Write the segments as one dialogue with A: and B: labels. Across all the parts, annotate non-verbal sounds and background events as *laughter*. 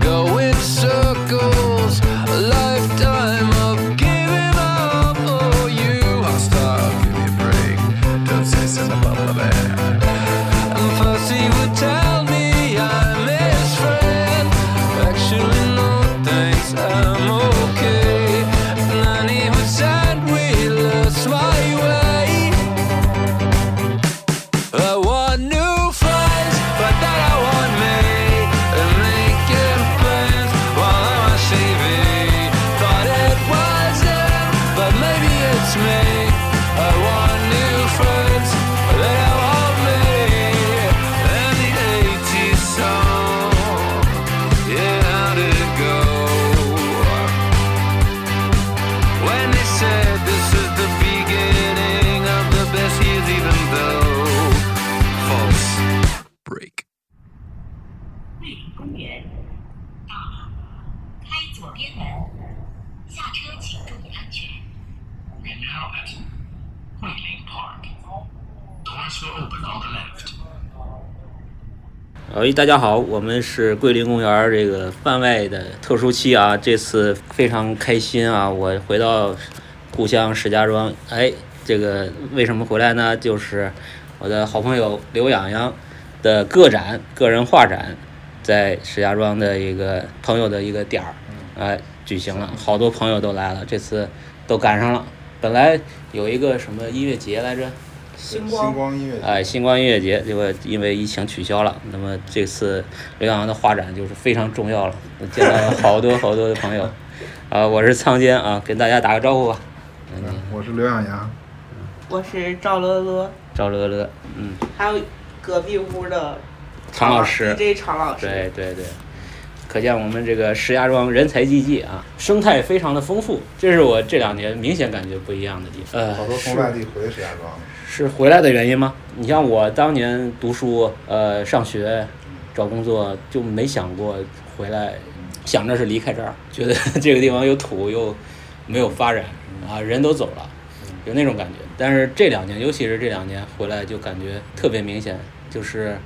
A: Go in circles, a lifetime of giving up. Oh, you are stuck. Give me a break. Don't say something about my band. And Fussy would tell me I'm his friend. Actually, no thanks, I'm okay. Nanny would said we lost my way. I want new friends, but then I want me. And making plans while I'm on TV. Thought it was them, but maybe it's me. I want new friends, but they don't want me. And the 80s song, yeah, how'd it go? When they said this is the beginning of the best years, even though false. Break.
B: 桂林公园到了，开左边门，下车请注意安全。
C: We're now at Wheeling Park. Doors will open on the left.
D: 呃，大家好，我们是桂林公园儿这个番外的特殊期啊，这次非常开心啊，我回到故乡石家庄，哎，这个为什么回来呢？就是我的好朋友刘洋洋的个展，个人画展，在石家庄的一个朋友的一个点儿，哎，举行了，好多朋友都来了，这次都赶上了。本来有一个什么音乐节来着，
E: 星
F: 星
E: 光
F: 光音乐节，
D: 哎，星光音乐节这个因为疫情取消了，那么这次刘洋洋的画展就是非常重要了，我见到了好多好多的朋友，啊，我是仓坚啊，跟大家打个招呼吧，
F: 嗯，我是刘洋洋，
E: 我是赵乐乐，
D: 赵乐乐，嗯，
E: 还有隔壁屋的
D: 常老师，
E: ，DJ 常老师，
D: 对对对，可见我们这个石家庄人才济济啊，生态非常的丰富，这是我这两年明显感觉不一样的地方，呃，
F: 好多从
D: 是
F: 外地回石家庄的，
D: 是回来的原因吗？你像我当年读书，呃，上学，找工作就没想过回来，想着是离开这儿，觉得 *laughs* 这个地方又土又没有发展啊，人都走了，有那种感觉。但是这两年，尤其是这两年回来，就感觉特别明显，就是，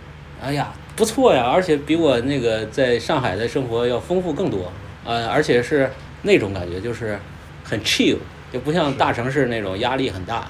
D: 哎呀，不错呀，而且比我那个在上海的生活要丰富更多，呃，而且是那种感觉，就是很 chill，就不像大城市那种压力很大。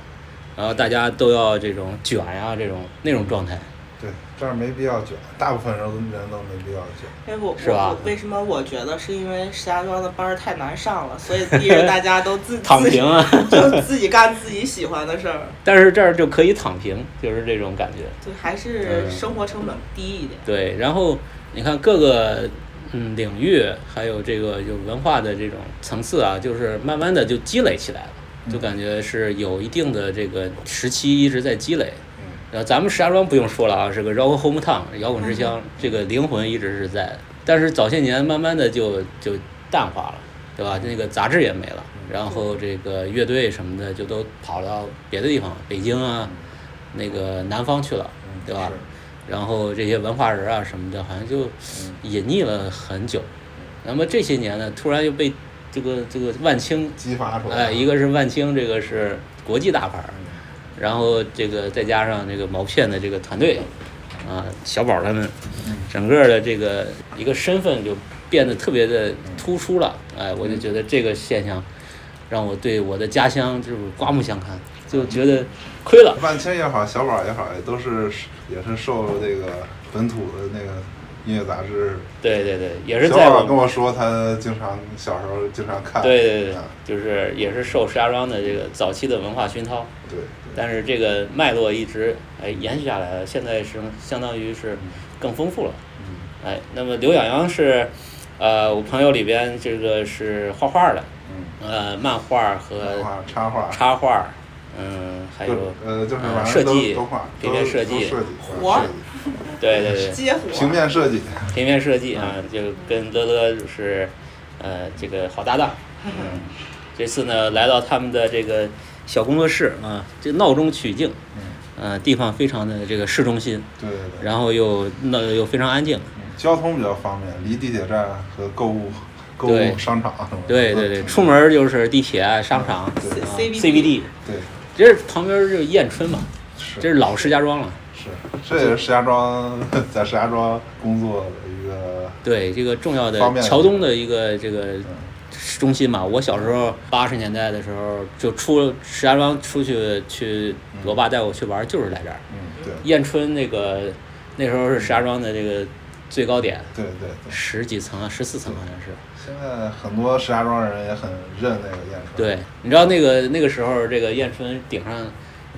D: 然后大家都要这种卷呀、这种那种状态。
F: 对，这儿没必要卷，大部分人都人都没必要卷，
E: 哎，我
D: 是吧
E: 我为什么我觉得是因为石家庄的班儿太难上了，所以逼着大家都
D: *laughs*
E: 自
D: 躺平啊，
E: 自己 *laughs* 就自己干自己喜欢的事儿，
D: 但是这儿就可以躺平，就是这种感觉。
E: 就还
D: 嗯
E: 是生活成本低一点。
D: 对，然后你看各个嗯领域，还有这个就文化的这种层次啊，就是慢慢的就积累起来了，
F: 嗯
D: 就感觉是有一定的这个时期一直在积累。
F: 嗯
D: 呃，咱们石家庄不用说了啊，是个 rock home town 摇滚之乡，
F: 嗯
D: 这个灵魂一直是在的。但是早些年慢慢的就就淡化了，对吧？
F: 嗯
D: 那个杂志也没了，然后这个乐队什么的就都跑到别的地方，北京啊，那个南方去了，
F: 嗯，
D: 对吧？
F: 是
D: 然后这些文化人啊什么的，好像就隐匿了很久。那么这些年呢，突然又被这个这个万青，
F: 激发出来了，
D: 哎，一个是万青，这个是国际大牌儿，然后这个再加上这个毛片的这个团队，啊，小宝他们，整个的这个一个身份就变得特别的突出了。哎，我就觉得这个现象让我对我的家乡就是刮目相看，就觉得亏了。
F: 万青也好，小宝也好，也都是也是受这个本土的那个音乐杂志。
D: 对对对，也是
F: 小
D: 在我
F: 宝
D: 们
F: 跟我说，他经常小时候经常看，
D: 对对对
F: 啊，
D: 就是也是受石家庄的这个早期的文化熏陶，
F: 对对，
D: 但是这个脉络一直哎延续下来了，现在是相当于是更丰富了。
F: 嗯
D: 哎，那么刘洋洋是，呃，我朋友里边这个是画画的，
F: 嗯，
D: 呃，漫画和
F: 画插画，
D: 插画，嗯，还
F: 就
D: 有
F: 呃就是
D: 呃
F: 反
D: 设
F: 正
D: 计
F: 都都画，
D: 平面
F: 都
D: 设计
F: 都设计，嗯
E: 活儿
F: 设呃
D: 对对对，
E: 接活
F: 计平面设计， *laughs*
D: 平面设计啊，就跟乐乐就是，呃，这个好搭档。嗯，这次呢，来到他们的这个小工作室啊，这闹中取静，呃，地方非常的这个市中心，
F: 对对对。
D: 然后又那又非常安静。
F: 交通比较方便，离地铁站和购物购
D: 对
F: 物商场什么的。嗯
D: 对对对，出门儿就是地铁啊、商场、啊
F: 对
E: CBD
D: CBD，
F: 对
D: 这是旁边儿就是燕春嘛，
F: 是
D: 这是老石家庄了。
F: 是，这也是石家庄在石家庄工作的一个
D: 对这个重要的
F: 方便的
D: 桥
F: 地
D: 东
F: 方
D: 的一个这个中心嘛。我小时候八十年代的时候，就出石家庄出去去，我爸带我去玩，就是来这儿。
F: 嗯，对
D: 燕春那个那时候是石家庄的这个最高点，
F: 对对对。
D: 十几层啊，十四层好像是。
F: 现在很多石家庄人也很认那个燕春，
D: 对，你知道那个那个时候，这个燕春顶上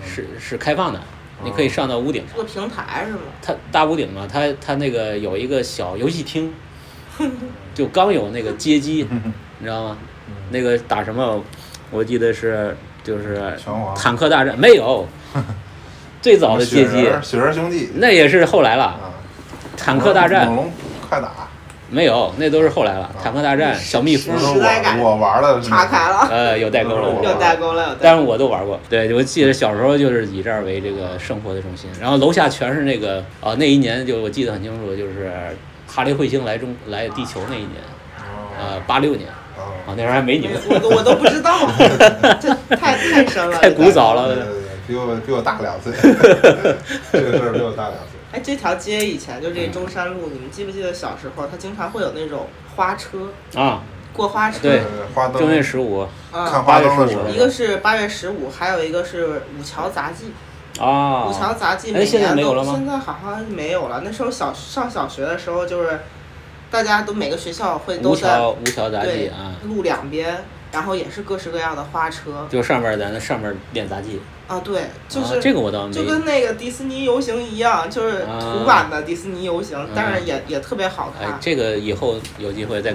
D: 是是开放的，你可以上到屋顶
E: 这
D: 上。
E: 个平台是吗？
D: 它大屋顶嘛，它它那个有一个小游戏
F: *laughs*
D: 厅，就刚有那个街机，你知道吗？
F: 嗯
D: 那个打什么？我记得是就是
F: 拳皇
D: 坦克大战没
F: *laughs*
D: 有，最早的街机
F: 雪人兄弟
D: 那也是后来了。
F: 啊，
D: 坦克大
F: 猛
D: 战
F: 龙啊快打，
D: 没有，那都是后来了。坦克大战、小蜜蜂
E: 是，时代感
F: 我我玩了
E: 岔开了，
D: 呃，有代沟了。
F: 嗯
E: 有代沟了，有代
D: 但是
E: 沟。
D: 我都玩过，对，我记得小时候就是以这儿为这个生活的中心，然后楼下全是那个啊、那一年就我记得很清楚，就是哈雷彗星来中来地球那一年，
F: 哦
D: 呃，八六年啊，
F: 啊，
D: 那时候还没你
E: *laughs*
D: 们，
E: 我都我都不
D: *laughs*
E: 知道，这太太深了，
D: 太古早
F: 对对
D: 了，
F: 对，比我比我大
D: *laughs*
F: 两岁，这个事儿比我大两岁。
E: 哎，这条街以前就这
D: 嗯
E: 中山路，你们记不记得小时候，它经常会有那种花车
D: 啊，
E: 过花车，
D: 对，
F: 花灯
D: 正月十五
F: 看
E: 啊，
F: 花灯的时候，
E: 一个是八月十五，还有一个是五桥杂技。
D: 啊
E: 五，桥杂技
D: 哎
E: 每
D: 现在
E: 年
D: 没有
E: 都
D: 了吗
E: 现在好像没有了。那时候小上小学的时候，就是大家都每个学校会
D: 吴
E: 都在
D: 桥吴桥杂技
E: 对
D: 啊，
E: 路两边，然后也是各式各样的花车
D: 就上面咱们上面练杂技，
E: 啊，对，就是、
D: 啊、这个我倒没
E: 就跟那个迪士尼游行一样，就是
D: 啊
E: 土版的迪士尼游行，
D: 嗯
E: 但是也也特别好看。
D: 哎，这个以后有机会再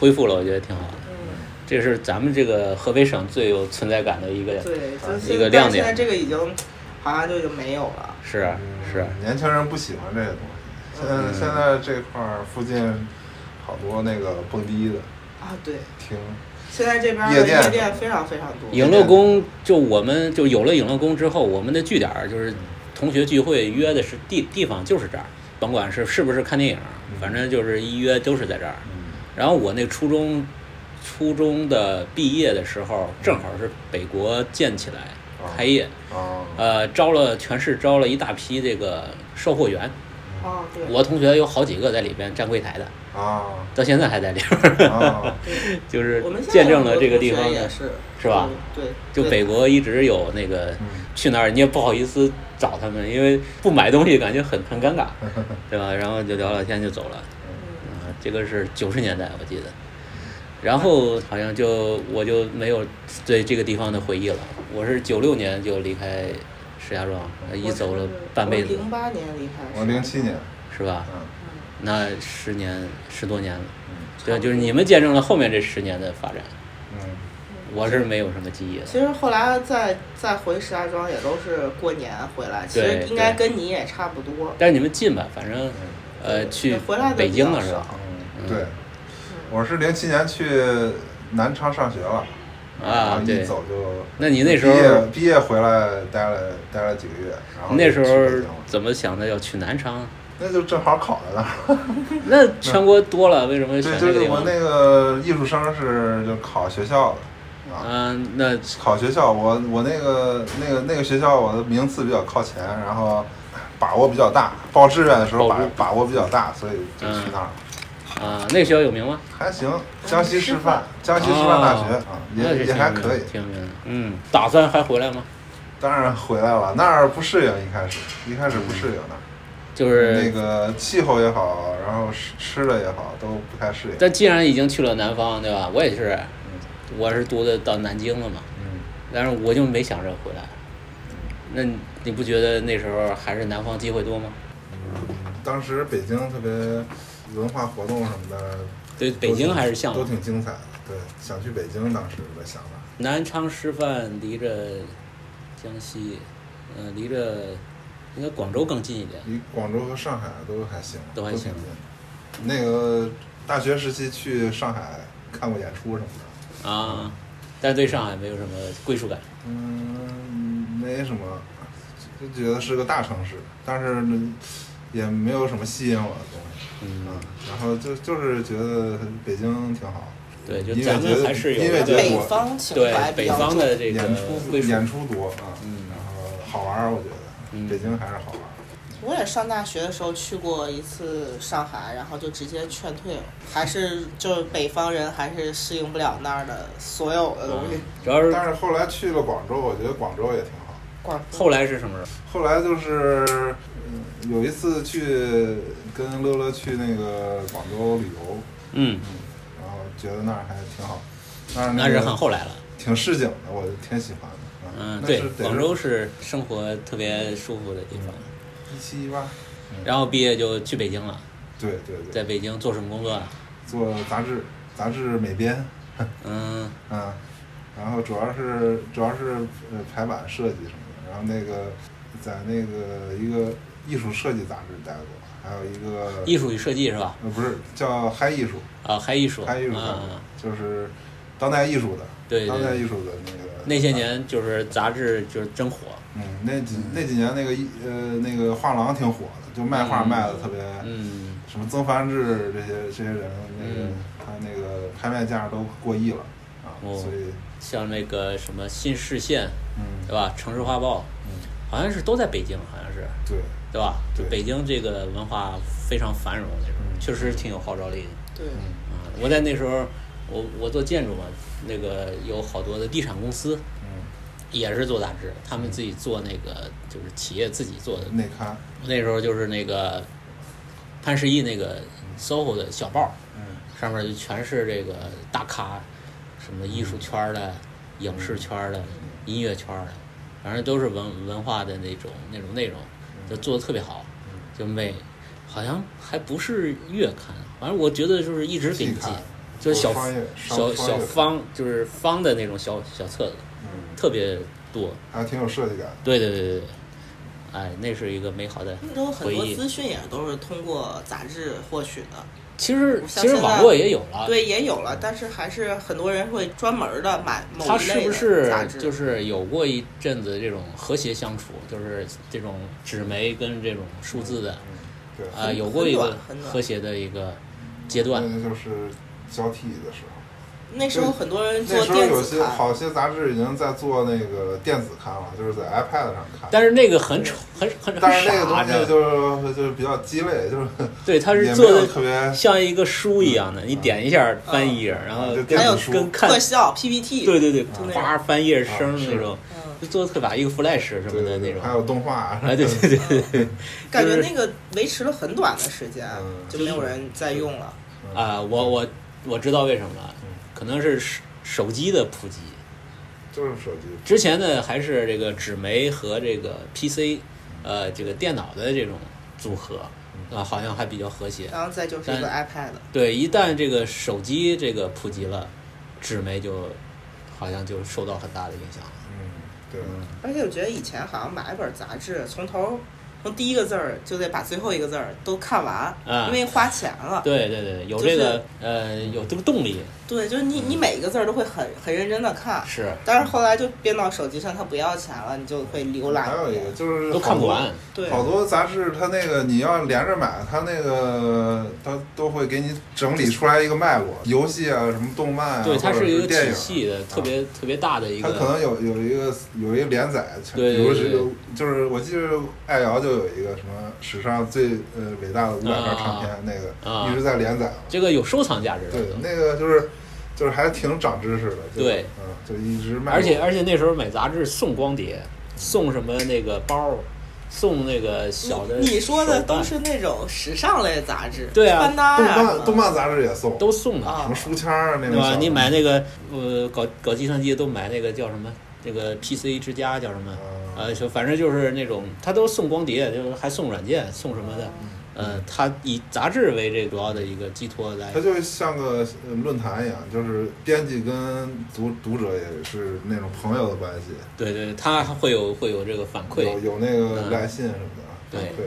D: 恢复了，我觉得挺好的。
E: 嗯
D: 这是咱们这个河北省最有存在感的一个，啊
E: 对，就
D: 一
E: 是
D: 个
E: 但
D: 亮
E: 是
D: 点
E: 现在这个已经好像就已经没有了。
D: 是啊是啊，
F: 年轻人不喜欢这些东西。现
D: 嗯
F: 在现在这块儿附近好多那个蹦迪的，
E: 啊，对，
F: 听
E: 现在这边的
F: 夜店
E: 夜店非常非常多。
D: 影乐宫就我们就有了影乐宫之后，我们的据点儿就是同学聚会约的是地地方就是这儿，甭管是是不是看电影儿，反正就是一约都是在这儿。然后我那初中初中的毕业的时候，正好是北国建起来开业，
F: 啊，
D: 呃，招了全市招了一大批这个售货员，
E: 哦，对，
D: 我同学有好几个在里边站柜台的，
F: 啊
D: 到现在还在里边儿，
F: 啊，
D: *laughs* 就是
E: 我们现在
D: 见证了
E: 很多
D: 这个
E: 同
D: 地
E: 学
D: 方
E: 也
D: 的
E: 是
D: 是吧
E: 嗯对，
D: 就
E: 对
D: 北国一直有那个
F: 嗯
D: 去那儿，你也不好意思找他们，因为不买东西感觉很很尴
F: *laughs*
D: 尬，对吧？然后就聊聊天就走了。
F: 嗯
D: 啊、这个是九十年代我记得，然后好像就我就没有对这个地方的回忆了。我是九六年就离开石家庄，呃
F: 嗯
D: 已走了半辈子，
E: 零八年离开，
F: 我零七年，
D: 是吧？
F: 嗯，
D: 那十年十多年了，
F: 嗯
D: 对，就是你们见证了后面这十年的发展，
F: 嗯，
D: 我是没有什么记忆的。
E: 其实后来再再回石家庄也都是过年回来，其实
D: 对
E: 应该跟你也差不多。
D: 但是你们近吧，反正呃去
E: 嗯回来的
D: 北京
E: 比
D: 了
E: 较
D: 是吧？
F: 嗯，对，我是零七年去南昌上学了，然
D: 啊
F: 后，
D: 对
F: 一，走就，
D: 那你那时候
F: 毕业毕业回来待了待了几个月，然后
D: 那时
F: 就去北京
D: 候
F: 了
D: 怎么想的要去南昌？ *laughs*
F: 那就正好考在那儿，
D: 那全国多了，为什么选
F: 对，
D: 这
F: 就
D: 个
F: 是
D: 地
F: 我
D: 方？
F: 那个艺术生是就考学校的。啊，
D: 嗯，那
F: 考学校，我我那个那个那个学校，我的名次比较靠前，然后把握比较大，报志愿的时候把
D: 保护
F: 把握比较大，所以就去那儿了。
D: 啊，那个学校有名吗？
F: 还行，江西师范，江西师范大学啊，
D: 哦那
F: 也
D: 是
F: 也
D: 挺
F: 还
D: 有名
F: 可
D: 的
F: 以。
D: 挺有名的。嗯，打算还回来吗？
F: 当然回来了，那儿不适应，一开始一开始不适应那儿，
D: 就是
F: 那个气候也好，然后吃吃的也好，都不太适应。
D: 但既然已经去了南方，对吧？我也是，我是读的到南京了嘛，
F: 嗯，
D: 但是我就没想着回来。那你你不觉得那时候还是南方机会多吗？
F: 当时北京特别文化活动什么的，
D: 对，
F: 都
D: 北京
F: 挺
D: 还是向
F: 都
D: 往。
F: 挺精彩的。对，想去北京，当时的想法。
D: 南昌师范离着江西，呃，离着应该广州更近一点。
F: 离广州和上海都还行，
D: 都还行
F: 挺近的。那个大学时期去上海看过演出什么的，
D: 啊，但对上海没有什么归属感。
F: 嗯，没什么，就就觉得是个大城市，但是呢也没有什么吸引我的东西。啊
D: 嗯，
F: 然后就就是觉得北京挺好，
D: 对，就
F: 音乐
D: 咱们
F: 节
D: 还是有
F: 音乐节
E: 北
F: 我
E: 方情
D: 对
E: 怀比
D: 北
E: 较
D: 方
E: 重，
D: 的这
F: 演
D: 个
F: 出
D: 归属。嗯
F: 演出多啊，然后好玩儿，我觉得北京还是好玩儿。
E: 我也上大学的时候去过一次上海，然后就直接劝退了，还是就是北方人还是适应不了那儿的所有的东 *laughs* 西。
D: 主要是
F: 但是后来去了广州，我觉得广州也挺好。
E: 广州
D: 后来是什么时候？
F: 后来就是，嗯，有一次去跟乐乐去那个广州旅游，
D: 嗯，
F: 然后觉得那儿还挺好，那儿
D: 那是
F: 个
D: 很后来了。
F: 挺市井的，我就挺喜欢的。啊
D: 嗯，
F: 那
D: 对
F: 是，得
D: 广州是生活特别舒服的地方。
F: 一七一八，嗯
D: 然后毕业就去北京了，
F: 对对对，
D: 在北京做什么工作啊？
F: 做杂志，杂志美编， *laughs*
D: 嗯，
F: 嗯，然后主要是主要是呃排版设计什么的，然后那个在那个一个艺术设计杂志待过，还有一个
D: 艺术与设计是吧？
F: 呃不是叫嗨艺术，
D: 啊，还艺术，
F: 嗨艺术杂志
D: 啊，
F: 就是当代艺术的，
D: 对对
F: 当代艺术的那个
D: 那些年就是杂志就是真火，
F: 嗯，那几那几年那个一呃那个画廊挺火的，就卖画
D: 嗯
F: 卖的特别，
D: 嗯，
F: 什么曾凡志这些这些人，那个、
D: 嗯
F: 他那个拍卖价都过亿了啊，
D: 哦
F: 所以
D: 像那个什么新视线，
F: 嗯
D: 对吧？城市画报，
F: 嗯
D: 好像是都在北京，好像是，
F: 对
D: 对吧？
F: 对
D: 北京这个文化非常繁荣，那时候
F: 嗯
D: 确实挺有号召力的。
E: 对，
F: 嗯
D: 啊，我在那时候，我我做建筑嘛，那个有好多的地产公司
F: 嗯
D: 也是做杂志，他们自己做那个就是企业自己做的。
F: 内刊
D: 那时候就是那个潘石屹那个 SOHO 的小报，
F: 嗯
D: 上面就全是这个大咖，什么艺术圈儿的、影视圈儿
F: 嗯
D: 的、音乐圈儿的，反正都是文文化的那种那种内容，
F: 嗯
D: 就做的特别好，就每好像还不是月刊，反正我觉得就是一直给你
F: 季
D: 寄
F: 刊，
D: 就是小
F: 方月
D: 小
F: 方
D: 小
F: 月
D: 方就是方的那种小小册子，
F: 嗯
D: 特别多。
F: 还挺有设计感的，
D: 对对对对对，哎，那是一个美好的
E: 那时候很
D: 回
E: 多
D: 忆。
E: 资讯也都是通过杂志获取的。
D: 其实
E: 像
D: 其实
E: 现在
D: 网
F: 啊
D: 络也有了，
E: 对，也有了，但是还是很多人会专门的买某
D: 他
E: 一
D: 是
E: 类
D: 不
E: 的
D: 是
E: 杂志
D: 就是有过一阵子这种和谐相处，就是这种纸媒跟这种数字的啊、
F: 嗯对，
D: 呃
E: 很
D: 有过一个
E: 很短很短
D: 和谐的一个阶段。
F: 那就是交替的时候。
E: 那时候很多人
F: 那
E: 做
F: 时候
E: 电
F: 有
E: 子
F: 些
E: 刊，
F: 好些杂志已经在做那个电子刊了，就是在 iPad 上看。
D: 但是那个很丑，很很很
F: *laughs* 但是那个
D: 傻
F: 东西
D: 的，
F: 就是就是比较鸡
D: *laughs*
F: 肋，就是
D: 对，它
F: 也
D: 是
F: 没
D: 做
F: 有
D: 的
F: 特别嗯
D: 像一个书一样的，你点一下翻一页，然后
F: 就
D: 跟
F: 电
E: 还有
F: 子书，嗯
D: 跟看
E: 特效 PPT，
D: 对对对，
E: 就那
D: 哗翻页声
F: 啊是
D: 那种，
E: 嗯，
D: 就做的特别一个 Flash 什么
F: 对
D: 的
F: 对
D: 那
F: 对，
D: 种，
F: 还有动画，
D: 哎，对对对对对
E: 感觉
D: 就是
E: 那个维持了很短的时间
F: 嗯，
E: 就没有人再用了。
D: 啊、我我我知道为什么了，
F: 嗯
D: 可能是手手机的普及。
F: 就是手机，
D: 之前呢还是这个纸媒和这个 PC，呃，这个电脑的这种组合，啊、
F: 嗯
D: 好像还比较和谐。
E: 然后再就是一个 iPad，
D: 对，一旦这个手机这个普及了，纸媒就好像就受到很大的影响了。
F: 嗯，对，
E: 而且我觉得以前好像买一本杂志，从头从第一个字儿就得把最后一个字儿都看完，
D: 啊
E: 因为花钱了。
D: 对对对，有
E: 就
D: 这
E: 是
D: 个、呃有这个动力
E: 对，就是你你每一个字儿都会很很认真的看。
D: 嗯是
E: 但是后来就编到手机上，它不要钱了，你就会浏览
F: 还有
E: 一
F: 一
E: 遍
F: 个。就是啊
D: 都看不
F: 好
D: 完
F: 多。。
E: 对，
F: 好多杂志，它那个你要连着买，它那个它都会给你整理出来一个脉络，游戏啊，什么动漫啊，
D: 对，
F: 或
D: 它
F: 者
D: 是一个
F: 电
D: 体
F: 影，
D: 系的，特
F: 啊
D: 别特别大的一
F: 它可
D: 个。
F: 能有有一个有一个连载，
D: 对
F: 比如
D: 对
F: 是
D: 对
F: 就是我记得爱瑶就有一个什么史上最呃伟大的五百张唱片，那个、
D: 啊
F: 一直在连载嘛。
D: 这个有收藏价值的，
F: 对，那个就是就是还挺长知识的。就
D: 对，
F: 嗯，就一直卖。
D: 而且而且那时候买杂志送光碟，送什么那个包，送那个小的
E: 你说的
D: 手办
E: 都是那种时尚类杂志，
D: 对啊
E: 穿搭
F: 动
E: 呀什
F: 漫
E: 么
F: 动漫杂志也送，
D: 都送的，
E: 啊
F: 什么书签儿啊那
D: 对
F: 种
D: 吧
F: 小？的。
D: 你买那个呃搞搞计算机都买那个叫什么？那个 PC 之家叫什么？
F: 嗯
D: 呃，就反正就是那种，他都送光碟，就是还送软件，送什么的。呃，他以杂志为这主要的一个寄托来
F: 它嗯就像个呃论坛一样，就是编辑跟读读者也是那种朋友的关系，
D: 对对，他会有会有这个反馈
F: 有，有那个
D: 嗯
F: 来信什么的，
D: 对嗯
F: 对，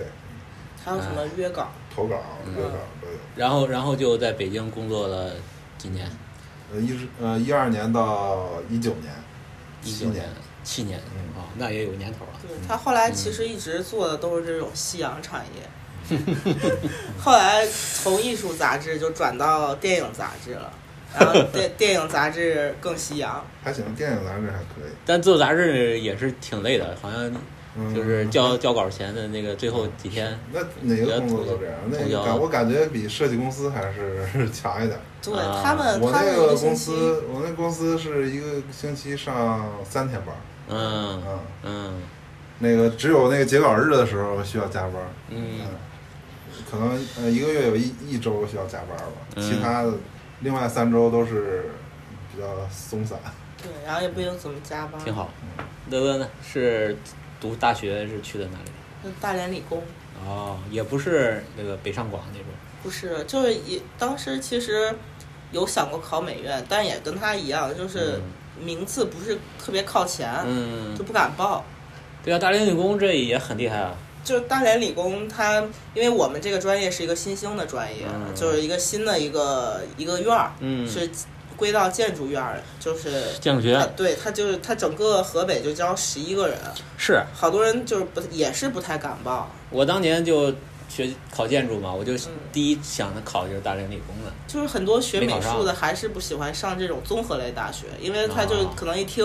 E: 还有什么约稿，
F: 投稿、约稿都有。
D: 然后然后就在北京工作了几年，
F: 呃，一是呃一二年到一九年，
D: 一
F: 七
D: 九
F: 年
D: 年，七年啊、
F: 嗯
D: 那也有年头了。
E: 对他后来其实一直做的都是这种夕阳产业，
D: *laughs*
E: 后来从艺术杂志就转到电影杂志了，然后
D: *laughs*
E: 电电影杂志更夕阳，
F: 还行，电影杂志还可以。
D: 但做杂志也是挺累的，好像
F: 嗯
D: 就是交交稿前的那个最后几天，
F: 那哪个工作都这样，那
D: 比较
F: 个感我感觉比设计公司还是 *laughs* 强一点。
E: 对
D: 啊
E: 他们，
F: 我
E: 他
F: 那
E: 们一
F: 个
E: 星
F: 公
E: 期
F: 司，我那公司是一个星期上三天班，
D: 嗯
F: 嗯，
D: 嗯
F: 那个只有那个截稿日的时候需要加班，
D: 嗯，
F: 可能呃一个月有一一周需要加班吧，
D: 嗯
F: 其他的另外三周都是比较松散。
E: 对，然后也不用怎么加班，
D: 挺。好。乐乐呢是读大学是去的哪里？
E: 那大连理工
D: 哦，也不是那个北上广那种。
E: 不是，就是也当时其实有想过考美院，但也跟他一样，就是名次不是特别靠前，
D: 嗯
E: 就，不敢报。
D: 对啊，大连理工这也很厉害啊。
E: 就是大连理工它，因为我们这个专业是一个新兴的专业，
D: 嗯
E: 就是一个新的一个一个院儿，
D: 嗯
E: 是归到建筑院儿，就是
D: 建筑学
E: 它
D: 院
E: 对它就是它整个河北就教十一个人，
D: 是
E: 好多人就是不也是不太敢报，
D: 我当年就学考建筑嘛，我就
E: 嗯
D: 第一想的考的就是大连理工的。
E: 就是很多学美
D: 没考
E: 术
D: 上
E: 的还是不喜欢上这种综合类大学，因为他就
D: 哦嗯
E: 可能一听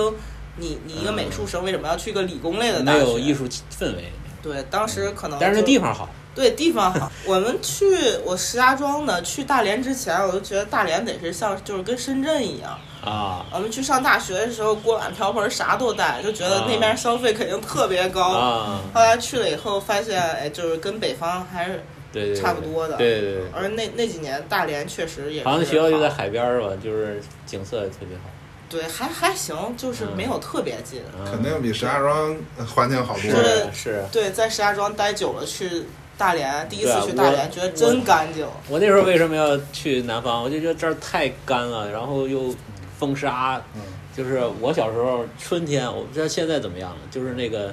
E: 你你一个美术生为什么要去一个理工类的
D: 没
E: 大学？
D: 有艺。术氛围，
E: 对，当时可能
D: 但是那
E: 就
D: 地方好。
E: 对地方好。我们去我石家庄的，去大连之前，我就觉得大连得是像就是跟深圳一样。
D: 啊
E: 我们去上大学的时候，锅碗瓢盆啥都带，就觉得
D: 啊
E: 那边消费肯定特别高。
D: 啊，
E: 后来去了以后，发现哎，就是跟北方还是，
D: 对对，对
E: 差不多的
D: 对对对，
E: 而那那几年大连确实也是
D: 好像学校就在
E: 好
D: 海边儿吧，就是景色特别好。
E: 对，还还行，就是没有特别近。
D: 嗯
F: 肯定比石家庄环境好多
E: 就
F: 了。
D: 是
E: 是
D: 是。
E: 对，在石家庄待久了，去大连，第一次去
D: 对
E: 大
D: 我
E: 连，觉得真干净。
D: 我那时候为什么要去南方？我就觉得这儿太干了，然后又风沙。
F: 嗯，
D: 就是我小时候春天，我不知道现在怎么样了，就是那个。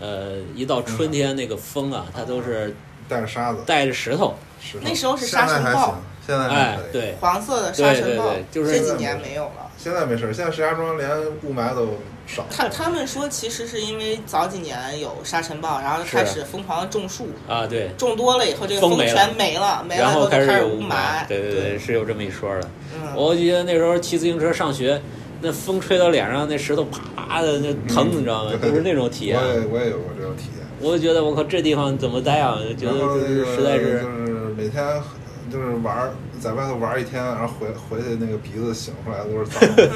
D: 呃，一到春天那个风啊，
E: 嗯
D: 它都是
F: 带着沙子，
D: 带着石头，
F: 石头
E: 那时候是
F: 现
E: 沙
F: 在
E: 尘
F: 还
E: 暴
F: 行，，现
E: 嗯
F: 在还
D: 哎
F: 可以。，
D: 对，
E: 黄色的沙
D: 对
E: 尘
D: 对
E: 暴
D: 对，就是
E: 这几年没有了。
F: 现在没事儿，现在石家庄连雾霾都少。
E: 他他们说，其实是因为早几年有沙尘暴，然后
D: 是
E: 开始疯狂地种树，
D: 啊，对，
E: 种多了以后，这个
D: 风
E: 风
D: 没了
E: 全没了，没了
D: 然
E: 以后
D: 后
E: 就开
D: 始
E: 始
D: 有
E: 雾霾。
D: 对对对，是有这么一说的。
E: 嗯，
D: 我记得那时候骑自行车上学，那风吹到脸上，那石头啪的那疼，你知道吗？
F: 对
D: 就是那种体验
F: 我。也我也有过这种体验。
D: 我就觉得我靠，这地方怎么待啊？就觉
F: 然
D: 得
F: 后
D: 就
F: 那
D: 是
F: 个
D: 实在是
F: 就是每天呃就是玩儿，在外头玩儿一天，然后回回去那个鼻子醒出来都是脏
D: *laughs*
F: 的，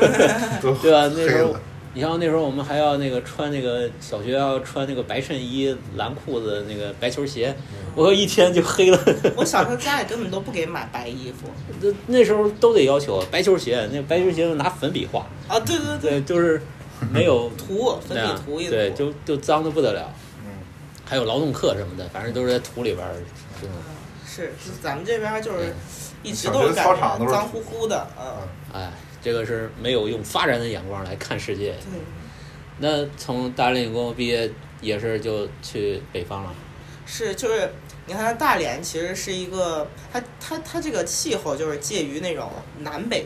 F: 都
D: 对吧？啊那时
F: 黑
D: 候
F: 了，
D: 你像那时候我们还要那个穿那个小学要穿那个白衬衣、蓝裤子、那个白球鞋，我靠，一天就黑了。 *laughs*
E: 我小时候家里根本都不给买白衣服。
D: 那那时候都得要求白球鞋，那白球鞋拿粉笔画，嗯
E: 啊，对对对，
D: 对，就是没有
E: 涂粉
D: 那样
E: 笔涂一涂。
D: 对，就就脏的不得了。
F: 嗯，
D: 还有劳动课什么的，反正都是在土里边儿这种。
E: 是，就咱们这边就是
D: 嗯
E: 一直
F: 小
E: 都
F: 学
E: 是感
F: 操场
E: 觉
F: 都是
E: 脏
F: 土
E: 乎乎的，嗯。
D: 哎，这个是没有用发展的眼光来看世界。
E: 对，
D: 那从大连理工毕业也是就去北方了。
E: 是就是，你看它大连其实是一个，它它它这个气候就是介于那种南北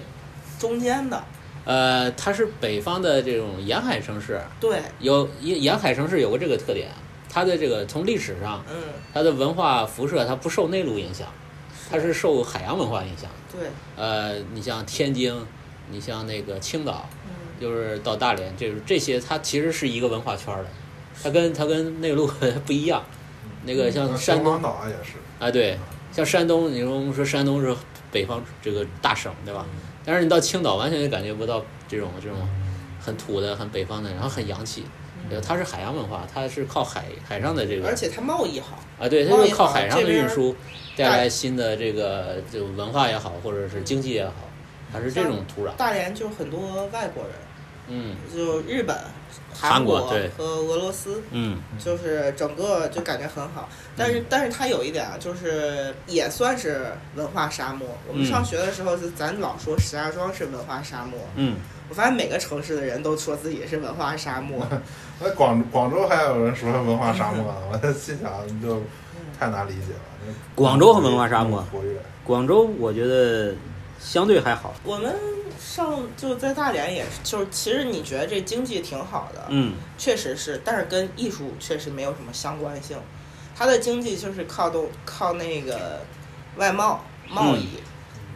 E: 中间的，
D: 呃，它是北方的这种沿海城市，
E: 对，
D: 有沿沿海城市有个这个特点，它的这个从历史上，
E: 嗯，
D: 它的文化辐射它不受内陆影响，它是受海洋文化影响。
E: 对，
D: 呃，你像天津，你像那个青岛，
E: 嗯，
D: 就是到大连，这这些它其实是一个文化圈儿的，它跟它跟内陆不一样。那个像
E: 嗯
F: 那
D: 山
F: 秦
D: 东
F: 皇岛也是，
D: 啊，对，像山东，你说我们说山东是北方这个大省，对吧？但是你到青岛，完全就感觉不到这种这种很土的、很北方的，然后很洋气。呃它是海洋文化，它是靠海海上的这个
E: 而且它贸易好，
D: 啊，对，它
E: 贸
D: 就
E: 易
D: 是靠
E: 好
D: 海上
E: 这
D: 的运
E: 边
D: 输带来新的这个就文化也好，或者是经济也好，它是这种土壤。
E: 大连就很多外国人，
D: 嗯
E: 就日本、
D: 韩国
E: 国
D: 对
E: 和俄罗斯，
D: 嗯
E: 就是整个就感觉很好。但是，但是它有一点啊，就是也算是文化沙漠。我们
D: 嗯
E: 上学的时候，就咱老说石家庄是文化沙漠，
D: 嗯，
E: 我发现每个城市的人都说自己是文化沙
D: *laughs*
E: 漠。
F: 那哎广广州还有人说文化沙漠呢，我在心想就太难理解了。那
D: 广州和文化沙漠
F: 活跃，
D: 广州我觉得相对还好。
E: 我们上就在大连也是，就是其实你觉得这经济挺好的，
D: 嗯
E: 确实是，但是跟艺术确实没有什么相关性。
D: 嗯
E: 它的经济就是靠都靠那个外贸贸易，